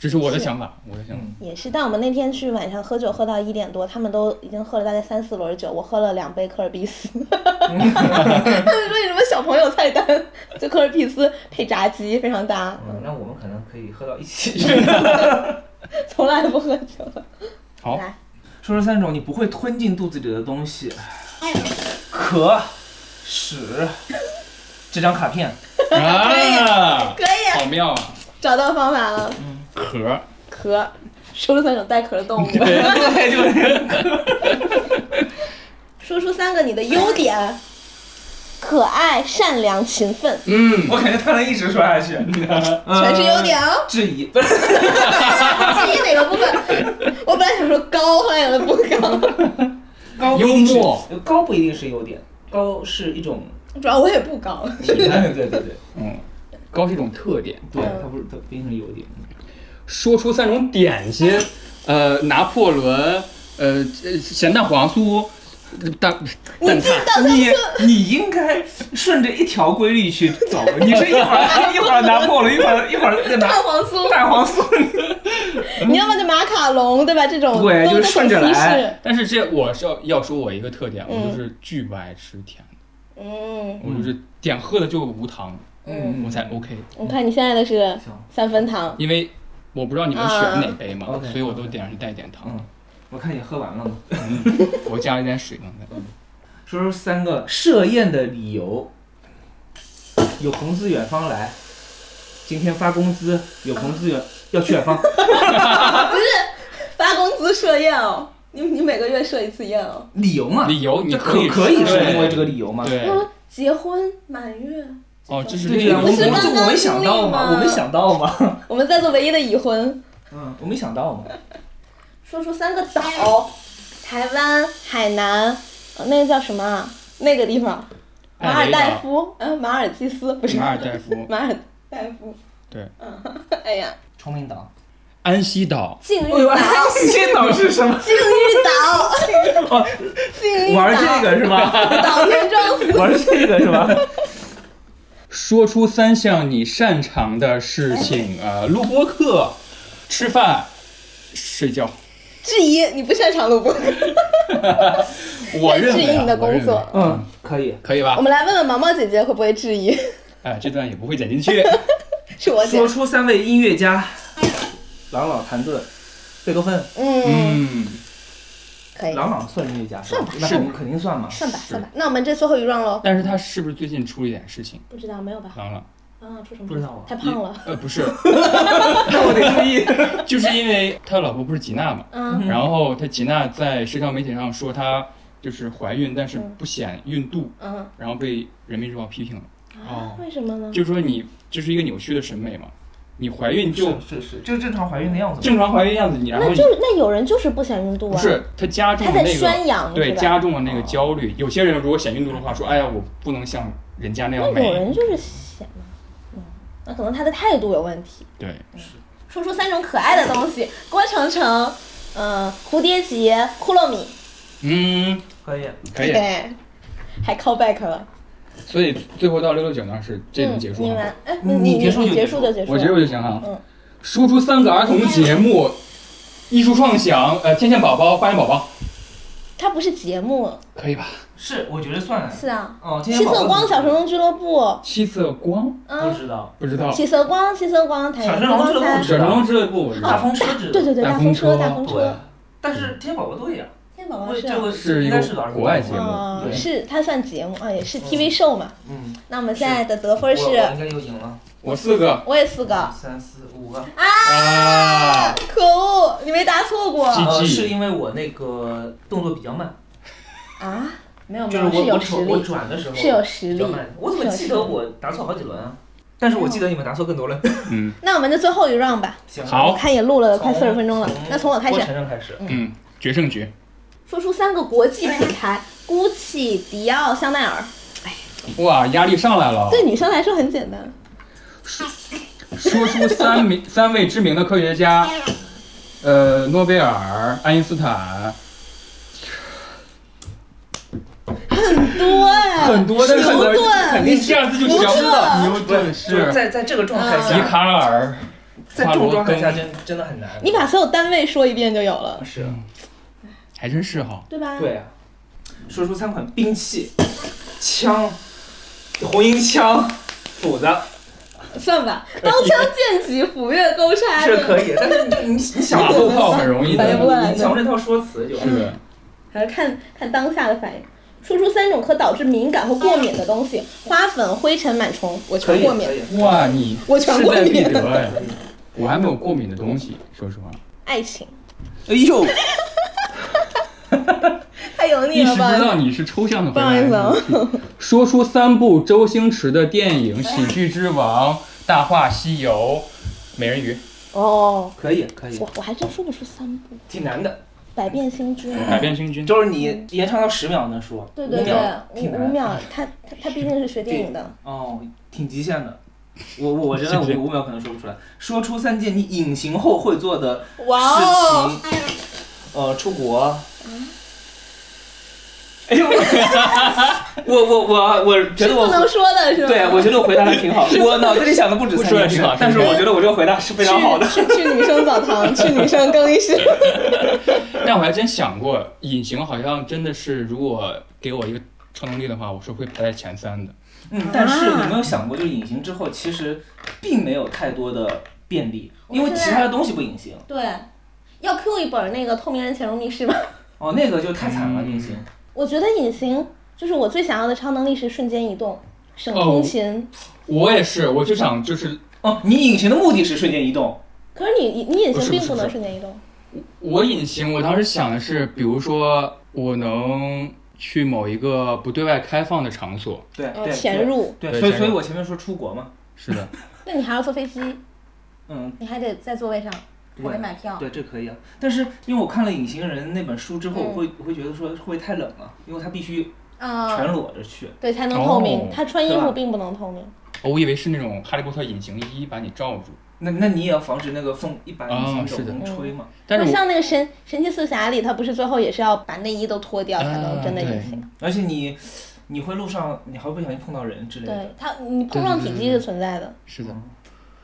Speaker 3: 这是我的
Speaker 1: 是
Speaker 3: 想法，我的想法。
Speaker 2: 嗯
Speaker 1: 也是，但我们那天去晚上喝酒喝到一点多，他们都已经喝了大概三四轮酒，我喝了两杯科尔必斯。 他们说有什么小朋友菜单，就科尔必斯配炸鸡非常搭，
Speaker 2: 嗯那我们可能可以喝到一起去。
Speaker 1: 从来不喝酒。
Speaker 3: 好，
Speaker 1: 来，
Speaker 2: 说说三种你不会吞进肚子里的东西：哎壳、屎、这张卡片。
Speaker 3: 啊，
Speaker 1: 可以啊
Speaker 3: 好妙啊！
Speaker 1: 找到方法了。
Speaker 3: 壳儿，
Speaker 1: 壳，说出三种带壳的动物，
Speaker 2: 对，就是这个
Speaker 1: 说出三个你的优点：可爱、善良、勤奋，
Speaker 3: 嗯，
Speaker 2: 我感觉他能一直说 下去，全
Speaker 1: 全是优。点 哦。
Speaker 2: 质疑不是，
Speaker 1: 至于哪个部分？ 我本来想说高，后来想的不高，
Speaker 2: 高不一定是
Speaker 3: 幽默，
Speaker 2: 高不一定是优点，高是一 种，
Speaker 1: 主要我也不高。
Speaker 2: 对对对对
Speaker 3: 嗯，高是一种特点，
Speaker 2: 对，它不是它不一定是优点。
Speaker 3: 说出三种点心，呃，拿破仑，呃，咸蛋黄酥，蛋蛋
Speaker 1: 你自己
Speaker 3: 挞，
Speaker 1: 到三
Speaker 2: 你
Speaker 1: 次，
Speaker 2: 你应该顺着一条规律去走，你是一会儿一会儿拿破仑，一会儿一会儿再拿
Speaker 1: 蛋黄酥，
Speaker 2: 蛋黄酥，
Speaker 1: 你要么就马卡龙，对吧？这种
Speaker 2: 对
Speaker 1: 都
Speaker 2: 就是
Speaker 1: 都
Speaker 2: 顺着
Speaker 1: 很西
Speaker 2: 来
Speaker 1: 式。
Speaker 3: 但是这我是要要说我一个特点，
Speaker 1: 嗯
Speaker 3: 我就是巨不爱吃甜的，
Speaker 1: 嗯，
Speaker 3: 我就是点喝的就无糖，
Speaker 1: 嗯
Speaker 3: 我才 OK，
Speaker 1: 我看你现在的是
Speaker 2: 行
Speaker 1: 三分糖，
Speaker 3: 因为我不知道你们选哪杯嘛，
Speaker 2: 啊，OK，
Speaker 1: 嗯
Speaker 3: 所以我都点上是带点糖，
Speaker 2: 嗯，我看你喝完了吗？
Speaker 1: 嗯
Speaker 3: 我加了一点水刚才。
Speaker 2: 说说三个设宴的理由：有朋自远方来，今天发工资，有朋自远要去远方。
Speaker 1: 发工资设宴哦，你你每个月设一次宴哦。
Speaker 2: 理由嘛，
Speaker 3: 理由你
Speaker 2: 这可
Speaker 3: 以
Speaker 2: 可以是
Speaker 3: 对
Speaker 2: 因为这个理由吗？
Speaker 3: 对
Speaker 1: 啊，结婚满月，
Speaker 3: 哦，这是
Speaker 2: 对
Speaker 3: 另
Speaker 2: 呀、
Speaker 3: 一
Speaker 2: 我
Speaker 1: 不
Speaker 2: 们
Speaker 1: 是
Speaker 2: 我
Speaker 1: 刚
Speaker 2: 们
Speaker 1: 刚
Speaker 2: 就我没想
Speaker 1: 经
Speaker 2: 到嘛，
Speaker 1: 历吗
Speaker 2: 我没想到嘛，
Speaker 1: 我们在座唯一的已婚，
Speaker 2: 嗯，我没想到嘛，
Speaker 1: 说出三个岛，台湾、海南，呃那个叫什么啊？那个地方，马
Speaker 3: 艾
Speaker 1: 尔
Speaker 3: 维岛
Speaker 1: 代夫，嗯、马尔济斯不是
Speaker 3: 哎马尔代夫，
Speaker 1: 马尔代夫，
Speaker 3: 对，
Speaker 1: 嗯， 哎呀，
Speaker 2: 崇明岛。
Speaker 3: 安息岛，
Speaker 1: 禁欲
Speaker 2: 哎呦，
Speaker 1: 岛，
Speaker 2: 西岛是什么？
Speaker 1: 禁欲 岛，
Speaker 3: 哦
Speaker 1: 禁欲岛，
Speaker 2: 玩这个是吧？
Speaker 1: 岛田庄司，
Speaker 2: 玩这个是吧？
Speaker 3: 说出三项你擅长的事 情，呃，录播课、吃饭、睡觉。
Speaker 1: 质疑你不擅长录播，
Speaker 3: 我认
Speaker 1: 质
Speaker 3: 为、
Speaker 1: 疑
Speaker 3: 啊、
Speaker 1: 你的
Speaker 3: 我认
Speaker 1: 工
Speaker 3: 为
Speaker 1: 作。
Speaker 2: 嗯，可以。
Speaker 3: 可以吧
Speaker 1: 我？们来问问毛毛姐姐会不会质疑，
Speaker 3: 哎，这段也不会剪进去。
Speaker 1: 是我姐
Speaker 2: 说，出三位音乐家：朗朗、谭盾、贝多芬。
Speaker 1: 嗯，
Speaker 3: 嗯，
Speaker 1: 可以，
Speaker 2: 朗朗算音乐家吧？
Speaker 1: 算吧
Speaker 2: 那
Speaker 3: 是
Speaker 2: 我们肯定算嘛。
Speaker 1: 算吧算吧，那我们这最后一 round 喽，
Speaker 3: 但是他是不是最近出了一点事情？
Speaker 1: 不知道没有吧？
Speaker 3: 朗朗
Speaker 1: 啊，出什么？
Speaker 2: 不知道啊
Speaker 1: 太胖了。
Speaker 3: 呃， 不是，
Speaker 2: 那我得注意。
Speaker 3: 就是因为他老婆不是吉娜嘛，
Speaker 1: 嗯
Speaker 3: 然后他吉娜在社交媒体上说她就是怀孕，但是不显孕肚，
Speaker 1: 嗯，
Speaker 3: 然后被人民日报批评了，
Speaker 1: 啊为什么呢？
Speaker 3: 哦就说你这是一个扭曲的审美嘛，你怀孕就是
Speaker 2: 是，就是正常怀孕的样子嘛。
Speaker 3: 正常怀孕样子，你然后
Speaker 1: 那
Speaker 3: 你
Speaker 1: 就是那有人就是不想孕肚啊，
Speaker 3: 不是他加重
Speaker 1: 他
Speaker 3: 了
Speaker 1: 在
Speaker 3: 那
Speaker 1: 宣
Speaker 3: 个
Speaker 1: 扬
Speaker 3: 对
Speaker 1: 是吧
Speaker 3: 加重了那个焦虑，有些人如果显孕肚的话，说哎呀我不能像人家那
Speaker 1: 那
Speaker 3: 样
Speaker 1: 有
Speaker 3: 美，
Speaker 1: 人就是想，嗯，那可能他的态度有问题。
Speaker 3: 对，
Speaker 1: 说出三种可爱的东西：郭程程，嗯，蝴蝶结、库洛米，
Speaker 3: 嗯，
Speaker 2: 可以。
Speaker 3: 可以。
Speaker 1: 对，还 call back 了。
Speaker 3: 所以最后到六六九那儿是这种结束
Speaker 1: 嗯你
Speaker 3: 吗
Speaker 1: 完，？哎，
Speaker 2: 你
Speaker 1: 你
Speaker 2: 你结束
Speaker 1: 你
Speaker 2: 就
Speaker 1: 结
Speaker 2: 结
Speaker 1: 束
Speaker 2: 束
Speaker 1: 就结束。
Speaker 3: 我结束就行哈。
Speaker 1: 嗯
Speaker 3: 说出三个儿童节目：艺术创想、呃，天线宝宝、花园宝宝，
Speaker 1: 它不是节目，
Speaker 3: 可以吧？
Speaker 2: 是，我觉得算了。
Speaker 1: 是啊，
Speaker 2: 哦，今
Speaker 1: 七
Speaker 2: 天宝宝
Speaker 1: 色光小神龙俱乐部，
Speaker 3: 七色光
Speaker 2: 不
Speaker 1: 嗯，
Speaker 2: 知道。
Speaker 3: 不知道，
Speaker 1: 七色光，七色光，太阳
Speaker 2: 小神龙俱乐
Speaker 1: 光
Speaker 2: 部知
Speaker 1: 三
Speaker 2: 道
Speaker 3: 小神龙俱乐部我知
Speaker 2: 大
Speaker 3: 道，
Speaker 2: 风车知道。
Speaker 1: 对对对，
Speaker 3: 大
Speaker 1: 大
Speaker 3: 风
Speaker 1: 风车，
Speaker 3: 车
Speaker 1: 大风
Speaker 2: 对
Speaker 1: 车，。
Speaker 2: 但是天宝宝对呀，
Speaker 1: 天宝宝
Speaker 2: 我
Speaker 1: 是
Speaker 2: 这
Speaker 1: 啊。
Speaker 2: 个
Speaker 3: 是
Speaker 2: 应
Speaker 3: 一
Speaker 2: 该
Speaker 3: 个
Speaker 2: 是老师
Speaker 3: 国外节目
Speaker 1: 啊，
Speaker 2: 对
Speaker 1: 是它算节目啊，也是 TV show 嘛。
Speaker 2: 嗯，
Speaker 1: 那我们现在的得分
Speaker 2: 我我
Speaker 1: 是，
Speaker 2: 应该又赢了，
Speaker 3: 我四个
Speaker 1: 我也四个，
Speaker 2: 三四五个。
Speaker 3: 啊，
Speaker 1: 可恶，你没答错过
Speaker 3: 几 GG
Speaker 2: 呃，是因为我那个动作比较慢，
Speaker 1: 啊？没有没
Speaker 4: 就是
Speaker 1: 有，是
Speaker 4: 我我转我
Speaker 1: 有实力，
Speaker 4: 转的时候
Speaker 1: 是有实
Speaker 4: 比
Speaker 1: 力
Speaker 4: 较。慢，我怎么记得我答错好几轮啊？
Speaker 2: 但是我记得你们答错更多了。
Speaker 3: 嗯，
Speaker 1: 那我们就最后一 round 吧，
Speaker 4: 行，
Speaker 3: 好
Speaker 1: 我看也
Speaker 4: 呃
Speaker 1: 录了快四十分钟了，那从我开
Speaker 4: 郭
Speaker 1: 始，
Speaker 4: 晨晨开始，
Speaker 3: 嗯，决胜局，
Speaker 1: 说出三个国际品牌：GUCCI、迪奥、香奈儿。
Speaker 3: 哇，压力上来了。
Speaker 1: 对女生来说很简单，
Speaker 3: 说出 三名三位知名的科学家，呃，诺贝尔、爱因斯坦，
Speaker 1: 很多哎，
Speaker 3: 很多，但是很多
Speaker 1: 牛顿
Speaker 3: 肯定一下子就想
Speaker 1: 不知道
Speaker 3: 牛顿
Speaker 4: 就是
Speaker 3: 是呃
Speaker 4: 在在这个状态
Speaker 3: 笛
Speaker 4: 下，
Speaker 3: 卡尔，
Speaker 4: 在这种状态下真真的很难。
Speaker 1: 你把所有单位说一遍就有了，
Speaker 4: 是
Speaker 3: 还真是哈。
Speaker 1: 对吧？
Speaker 4: 对啊，说出三款兵器：枪、红缨枪、斧子，
Speaker 1: 算吧，刀枪剑戟、斧钺 钩叉，
Speaker 4: 这可
Speaker 1: 以。
Speaker 4: 以。但是你你你想
Speaker 3: 马
Speaker 4: 过
Speaker 3: 后炮很容易
Speaker 1: 反应
Speaker 3: 的，
Speaker 1: 过来
Speaker 4: 你想
Speaker 1: 的，
Speaker 4: 这套说辞就是
Speaker 3: 的，
Speaker 1: 还是看看当下的反应。说出三种可导致敏感或过敏的东西：花粉、灰尘、螨虫，我
Speaker 4: 可
Speaker 1: 全
Speaker 4: 以
Speaker 1: 过
Speaker 4: 可
Speaker 1: 敏，
Speaker 4: 以。
Speaker 3: 哇，你
Speaker 1: 我全
Speaker 3: 势
Speaker 1: 过
Speaker 3: 在必
Speaker 1: 敏。
Speaker 3: 得哎！我还没有过敏的东西，说实话，
Speaker 1: 爱情
Speaker 2: 哎呦，
Speaker 1: 太油
Speaker 3: 一
Speaker 1: 腻了
Speaker 3: 时不知
Speaker 1: 吧？
Speaker 3: 道你是抽象的回
Speaker 1: 不
Speaker 3: 答
Speaker 1: 好意思啊。
Speaker 3: 说出三部周星驰的电影：《喜剧之王》《大话西游》《美人鱼》
Speaker 1: 哦，
Speaker 2: 可以可以，
Speaker 1: 我我还真说不出三部，《
Speaker 4: 挺难的，
Speaker 1: 百变星君》。
Speaker 3: 《百变星君》。
Speaker 2: 就是你延长到十秒能说，
Speaker 1: 对
Speaker 2: 五
Speaker 1: 对对
Speaker 2: 秒，
Speaker 1: 五
Speaker 2: 挺
Speaker 1: 五
Speaker 2: 难的。
Speaker 1: 秒，他他他毕竟是学电影的，
Speaker 2: 哦，挺极限的。我我 我觉得
Speaker 3: 是不是
Speaker 2: 我五秒可能说不出来。说出三件你隐形后会做的
Speaker 1: 哇哦，嗯
Speaker 2: 事情，呃，出国。哎呦， 我我我我觉
Speaker 1: 是
Speaker 2: 得
Speaker 1: 不
Speaker 2: 我
Speaker 1: 能说的是吧？
Speaker 2: 对我觉得我回答的挺好，我脑子里想的不止三件事
Speaker 3: 是吧，
Speaker 2: 但是我觉得我这个回答是非常好的。
Speaker 1: 去去去女生澡堂，去女生更衣室，
Speaker 3: 但我还真想过，隐形好像真的是，如果给我一个超能力的话，我是会排在前三的。
Speaker 2: 嗯，但是你有没有想过，就是隐形之后其实并没有太多的便利，因为其他的东西不隐形。
Speaker 1: 对，要 Q 一本那个《透明人潜入密室》吗？
Speaker 2: 哦，那个就太惨
Speaker 3: 嗯
Speaker 2: 了，隐形。
Speaker 1: 我觉得隐形就是我最想要的超能力是瞬间移动，省
Speaker 3: 哦
Speaker 1: 通勤。
Speaker 3: 我也是，我就想就是
Speaker 2: 哦，你隐形的目的是瞬间移动。
Speaker 1: 可是你你隐
Speaker 3: 不
Speaker 1: 形
Speaker 3: 是
Speaker 1: 并
Speaker 3: 不是
Speaker 1: 不能
Speaker 3: 不是
Speaker 1: 瞬间移动，
Speaker 3: 我隐形，我当时想的是，比如说我能去某一个不对外开放的场所。
Speaker 2: 对
Speaker 1: 呃，
Speaker 2: 对
Speaker 1: 潜入。
Speaker 2: 对，
Speaker 3: 对
Speaker 2: 所以
Speaker 3: 潜
Speaker 2: 所
Speaker 3: 入
Speaker 2: 以我前面说出国嘛，
Speaker 3: 是的，
Speaker 1: 那你还要坐飞机，
Speaker 2: 嗯，
Speaker 1: 你还得在座位上，还
Speaker 2: 对
Speaker 1: 得买票。
Speaker 2: 对，这可以啊。但是因为我看了《隐形人》那本书之后，
Speaker 1: 嗯
Speaker 2: 我会我会觉得说会不会太冷了，因为他必须
Speaker 1: 啊、
Speaker 2: 全裸着去。
Speaker 1: 对，才能透
Speaker 3: 哦
Speaker 1: 明。他穿衣
Speaker 2: 对吧
Speaker 1: 服并不能透明。
Speaker 3: 我以为是那种哈利波特隐形衣把你罩住，
Speaker 2: 那那你也要防止那个风一把
Speaker 3: 哦
Speaker 2: 隐
Speaker 3: 是
Speaker 2: 形
Speaker 3: 的
Speaker 2: 的风
Speaker 1: 嗯
Speaker 2: 吹嘛。
Speaker 3: 但
Speaker 1: 就是
Speaker 3: 我
Speaker 1: 像那个神神奇四侠里，他不是最后也是要把内衣都脱掉才能
Speaker 3: 啊
Speaker 1: 真的
Speaker 3: 对
Speaker 1: 隐形。
Speaker 2: 而且你你会路上你还会不小心碰到人之类的。
Speaker 1: 对他，你碰撞体积是存在的，
Speaker 3: 是的
Speaker 2: 嗯，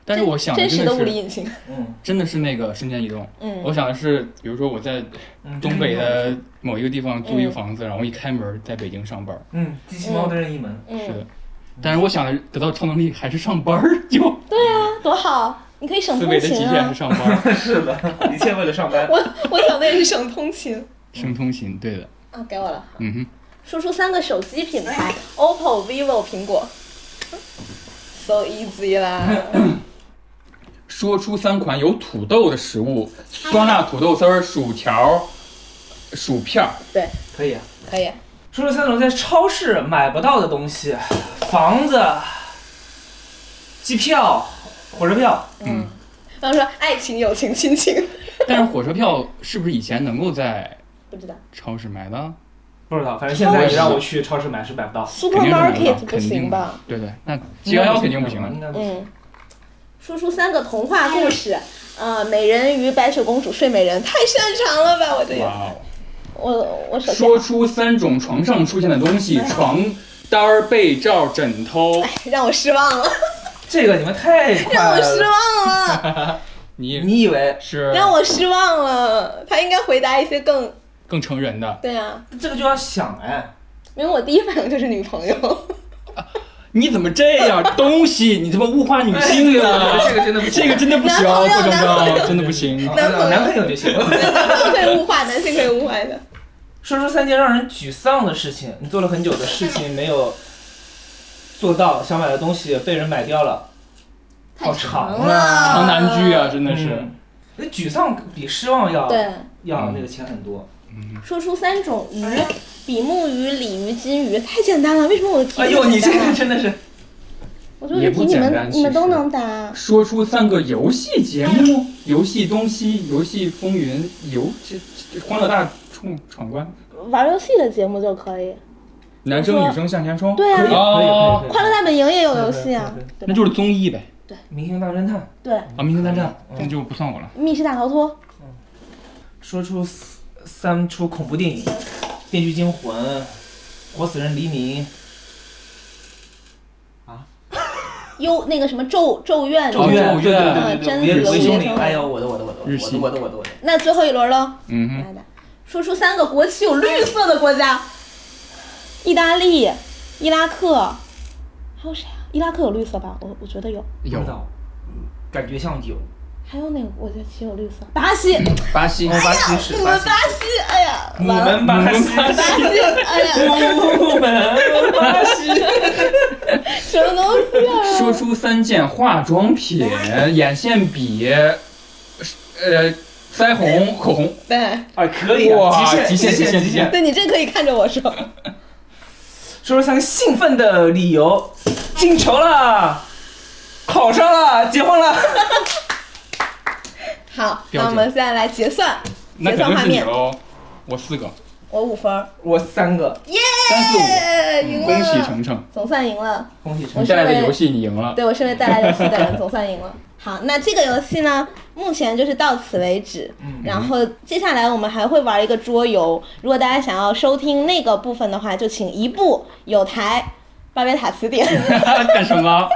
Speaker 3: 但是我想
Speaker 1: 真
Speaker 3: 的
Speaker 1: 实
Speaker 3: 真的
Speaker 1: 的物理
Speaker 3: 是
Speaker 1: 隐形。
Speaker 2: 嗯
Speaker 3: 真的是那个瞬间移动。
Speaker 1: 嗯，
Speaker 3: 我想的是，比如说我在
Speaker 2: 嗯，
Speaker 3: 东
Speaker 2: 这是一
Speaker 3: 北的
Speaker 2: 种。
Speaker 3: 某一个地方租
Speaker 1: 嗯
Speaker 3: 一个房子，然后一开门在北京上班。
Speaker 2: 嗯，机器猫的任意门。
Speaker 3: 是的
Speaker 1: 嗯，，
Speaker 3: 但是我想的得到超能力还是上班儿，就
Speaker 1: 多好，你可以省
Speaker 3: 思
Speaker 1: 通
Speaker 3: 维的极
Speaker 1: 勤
Speaker 3: 限是
Speaker 1: 啊！
Speaker 3: 上班 儿，
Speaker 2: 是的，一切为了上班。
Speaker 1: 我我想的也是省通勤
Speaker 3: 生通勤，对的，
Speaker 1: 啊，给我了。
Speaker 3: 嗯哼，
Speaker 1: 说出三个手机品牌：OPPO、vivo、苹果。So easy 啦！
Speaker 3: 说出三款有土豆的食物：酸辣土豆丝儿、薯条、薯片儿。
Speaker 1: 对，
Speaker 2: 可以啊。
Speaker 1: 可以。
Speaker 2: 说说三种在超市买不到的东西：房子、机票、火车票。
Speaker 1: 嗯，然后说爱情、友情、亲情，
Speaker 3: 但是火车票是不是以前能够在
Speaker 1: 不知道。
Speaker 3: 超市买的？
Speaker 2: 不知道，反正现在你让我去超市买是买不到。
Speaker 3: 肯定是买不
Speaker 1: Supermarket
Speaker 3: 到，
Speaker 1: 不
Speaker 3: 肯定
Speaker 1: 行吧？？
Speaker 3: 对对，那七幺幺肯定不行啊了
Speaker 2: 应。该不行。
Speaker 1: 嗯，说出三个童话故事，呃，美人鱼、白雪公主、睡美人，太擅长了吧？我这个，
Speaker 3: 哇哦！
Speaker 1: 我我手机
Speaker 3: 说出三种床上出现的东西：床单儿、被罩、枕头。
Speaker 1: 让我失望了，
Speaker 2: 这个你们太快
Speaker 1: 让我失
Speaker 2: 了。
Speaker 1: 望了，哎
Speaker 3: 你
Speaker 2: 你以为
Speaker 3: 是
Speaker 1: 让我失望了。他应该回答一些更
Speaker 3: 更成人的？
Speaker 1: 对啊，
Speaker 2: 这个就要想哎？
Speaker 1: 因为我第一反应就是女朋友，
Speaker 3: 你怎么这样？东西，你怎么物化女性 啊？
Speaker 2: 这个真的不
Speaker 3: 这个真的不行，
Speaker 1: 男朋友
Speaker 3: 郭正
Speaker 1: 男
Speaker 3: 章，真的不行。
Speaker 1: 男朋友
Speaker 2: 男朋友就行了。
Speaker 1: 男性可以物化，男性可以物化的。
Speaker 2: 说出三件让人沮丧的事情，你做了很久的事情没有做到，想买的东西被人买掉了，好长啊，
Speaker 3: 长难居啊，真的是。
Speaker 2: 嗯。那沮丧比失望要
Speaker 1: 对，
Speaker 2: 要那个钱很多。
Speaker 1: 说出三种鱼：比目鱼、鲤鱼、金鱼。太简单了，为什么我的题
Speaker 4: 哎
Speaker 1: 目
Speaker 4: 呦，你这
Speaker 1: 简单
Speaker 4: 个
Speaker 1: 啊
Speaker 4: 真的是，
Speaker 1: 我就有
Speaker 3: 也
Speaker 1: 题
Speaker 3: 不
Speaker 1: 你
Speaker 3: 简单
Speaker 1: 们你们
Speaker 3: 其实
Speaker 1: 都能答。
Speaker 3: 说出三个游戏节目：游戏东西、游戏风云、游这这这欢乐大冲闯关。
Speaker 1: 玩游戏的节目就可以。
Speaker 3: 男生女生向前冲。
Speaker 1: 对啊，
Speaker 3: 哦
Speaker 2: 可以可以可以可以
Speaker 1: 快乐大本营也有游戏啊
Speaker 2: 对对，
Speaker 1: 对
Speaker 3: 那
Speaker 1: 吧？
Speaker 3: 就是综艺呗。
Speaker 2: 明星大侦探，
Speaker 1: 对，
Speaker 3: 啊，明星大战，
Speaker 2: 嗯
Speaker 3: 那就不算我了。
Speaker 1: 密室大逃脱。
Speaker 2: 说出三三出恐怖电影，《电锯惊魂》《活死人黎明》
Speaker 1: 幽那个什么咒咒怨，
Speaker 2: 咒怨
Speaker 3: 咒怨
Speaker 2: 对对
Speaker 1: 嗯
Speaker 2: 对，
Speaker 1: 贞
Speaker 2: 维
Speaker 1: 子
Speaker 2: 维
Speaker 1: 游
Speaker 2: 修
Speaker 1: 戏
Speaker 2: 灵，哎呦我的我的我的我
Speaker 3: 日系
Speaker 2: 的我的我的我的，
Speaker 1: 那最后一轮喽，
Speaker 3: 嗯
Speaker 1: 来
Speaker 3: 哼，
Speaker 1: 来，说出三个国旗有绿色的国家：意大利、伊拉克，还有谁啊？伊拉克有绿色吧？我我觉得有，
Speaker 2: 不知
Speaker 3: 有
Speaker 2: 道，感觉像有，
Speaker 1: 还有哪个国家旗有绿色？巴西，你
Speaker 3: 哦巴西
Speaker 2: 我巴西是
Speaker 1: 们
Speaker 2: 巴西
Speaker 1: 巴，西，哎呀，
Speaker 2: 我
Speaker 1: 完了，
Speaker 2: 们巴西，
Speaker 1: 巴西，哎呀，
Speaker 2: 我们巴西，
Speaker 1: 什么东西啊？
Speaker 3: 说出三件化妆品、眼线笔，呃，腮红、口红。
Speaker 1: 对，
Speaker 4: 哎，可以啊，
Speaker 3: 哇
Speaker 4: 极
Speaker 3: 极限
Speaker 4: 限
Speaker 3: 极限
Speaker 4: 极
Speaker 3: 极限
Speaker 1: 对你这可以看着我说，
Speaker 4: 说出三个兴奋的理由：进城了，考上了，结婚了。
Speaker 1: 好，
Speaker 3: 标
Speaker 1: 那
Speaker 3: 准
Speaker 1: 我们现在来结算，
Speaker 3: 那
Speaker 1: 结
Speaker 3: 肯
Speaker 1: 算
Speaker 3: 定
Speaker 1: 画
Speaker 3: 是你
Speaker 1: 面，
Speaker 3: 喽，我四个，
Speaker 1: 我五分儿，
Speaker 4: 我三个，
Speaker 3: 三四五，嗯
Speaker 1: 耶，赢
Speaker 3: 恭喜
Speaker 1: 了，
Speaker 3: 程程，
Speaker 1: 总算赢了。
Speaker 2: 恭喜成
Speaker 1: 我
Speaker 3: 你
Speaker 1: 是
Speaker 3: 带来
Speaker 1: 为
Speaker 3: 的游戏你赢了。
Speaker 1: 对我身为带来游戏的人，总算赢了。好，那这个游戏呢，目前就是到此为止。
Speaker 2: 嗯
Speaker 1: 然后接下来我们还会玩一个桌游，如果大家想要收听那个部分的话，就请移步有台巴别塔词典。
Speaker 3: 干什么？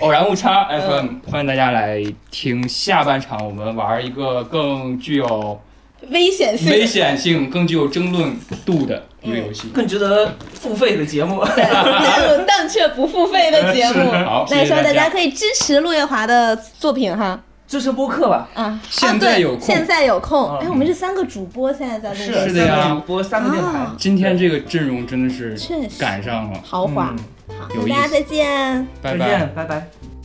Speaker 3: 偶然误差
Speaker 1: 嗯
Speaker 3: FM，欢迎大家来听下半场，我们玩一个更具有
Speaker 1: 危险性。
Speaker 3: 危险性、更具有争论度的一个游戏。
Speaker 4: 更值得付费的节 目。
Speaker 1: 对，但但却不付费的节目
Speaker 3: 是 好，
Speaker 1: 那也
Speaker 3: 谢谢
Speaker 1: 希望大
Speaker 3: 大家
Speaker 1: 家可以支持陆月华的作品哈
Speaker 4: 这是播客吧？
Speaker 1: 啊！
Speaker 3: 现在有
Speaker 1: 啊对
Speaker 3: 空
Speaker 1: 现在有空，
Speaker 4: 嗯
Speaker 1: 哎，我们这三个主播现在在录
Speaker 4: 是
Speaker 1: 音，
Speaker 3: 是的呀
Speaker 4: 三个主播，三个电台
Speaker 1: 啊。
Speaker 3: 今天这个阵容真的是
Speaker 1: 确实
Speaker 3: 赶上了，
Speaker 1: 豪华。
Speaker 2: 嗯
Speaker 1: 好，
Speaker 3: 有
Speaker 1: 那
Speaker 3: 意
Speaker 1: 大家
Speaker 3: 思
Speaker 1: 再见。
Speaker 3: 拜
Speaker 4: 再
Speaker 3: 拜。
Speaker 4: 见，拜拜。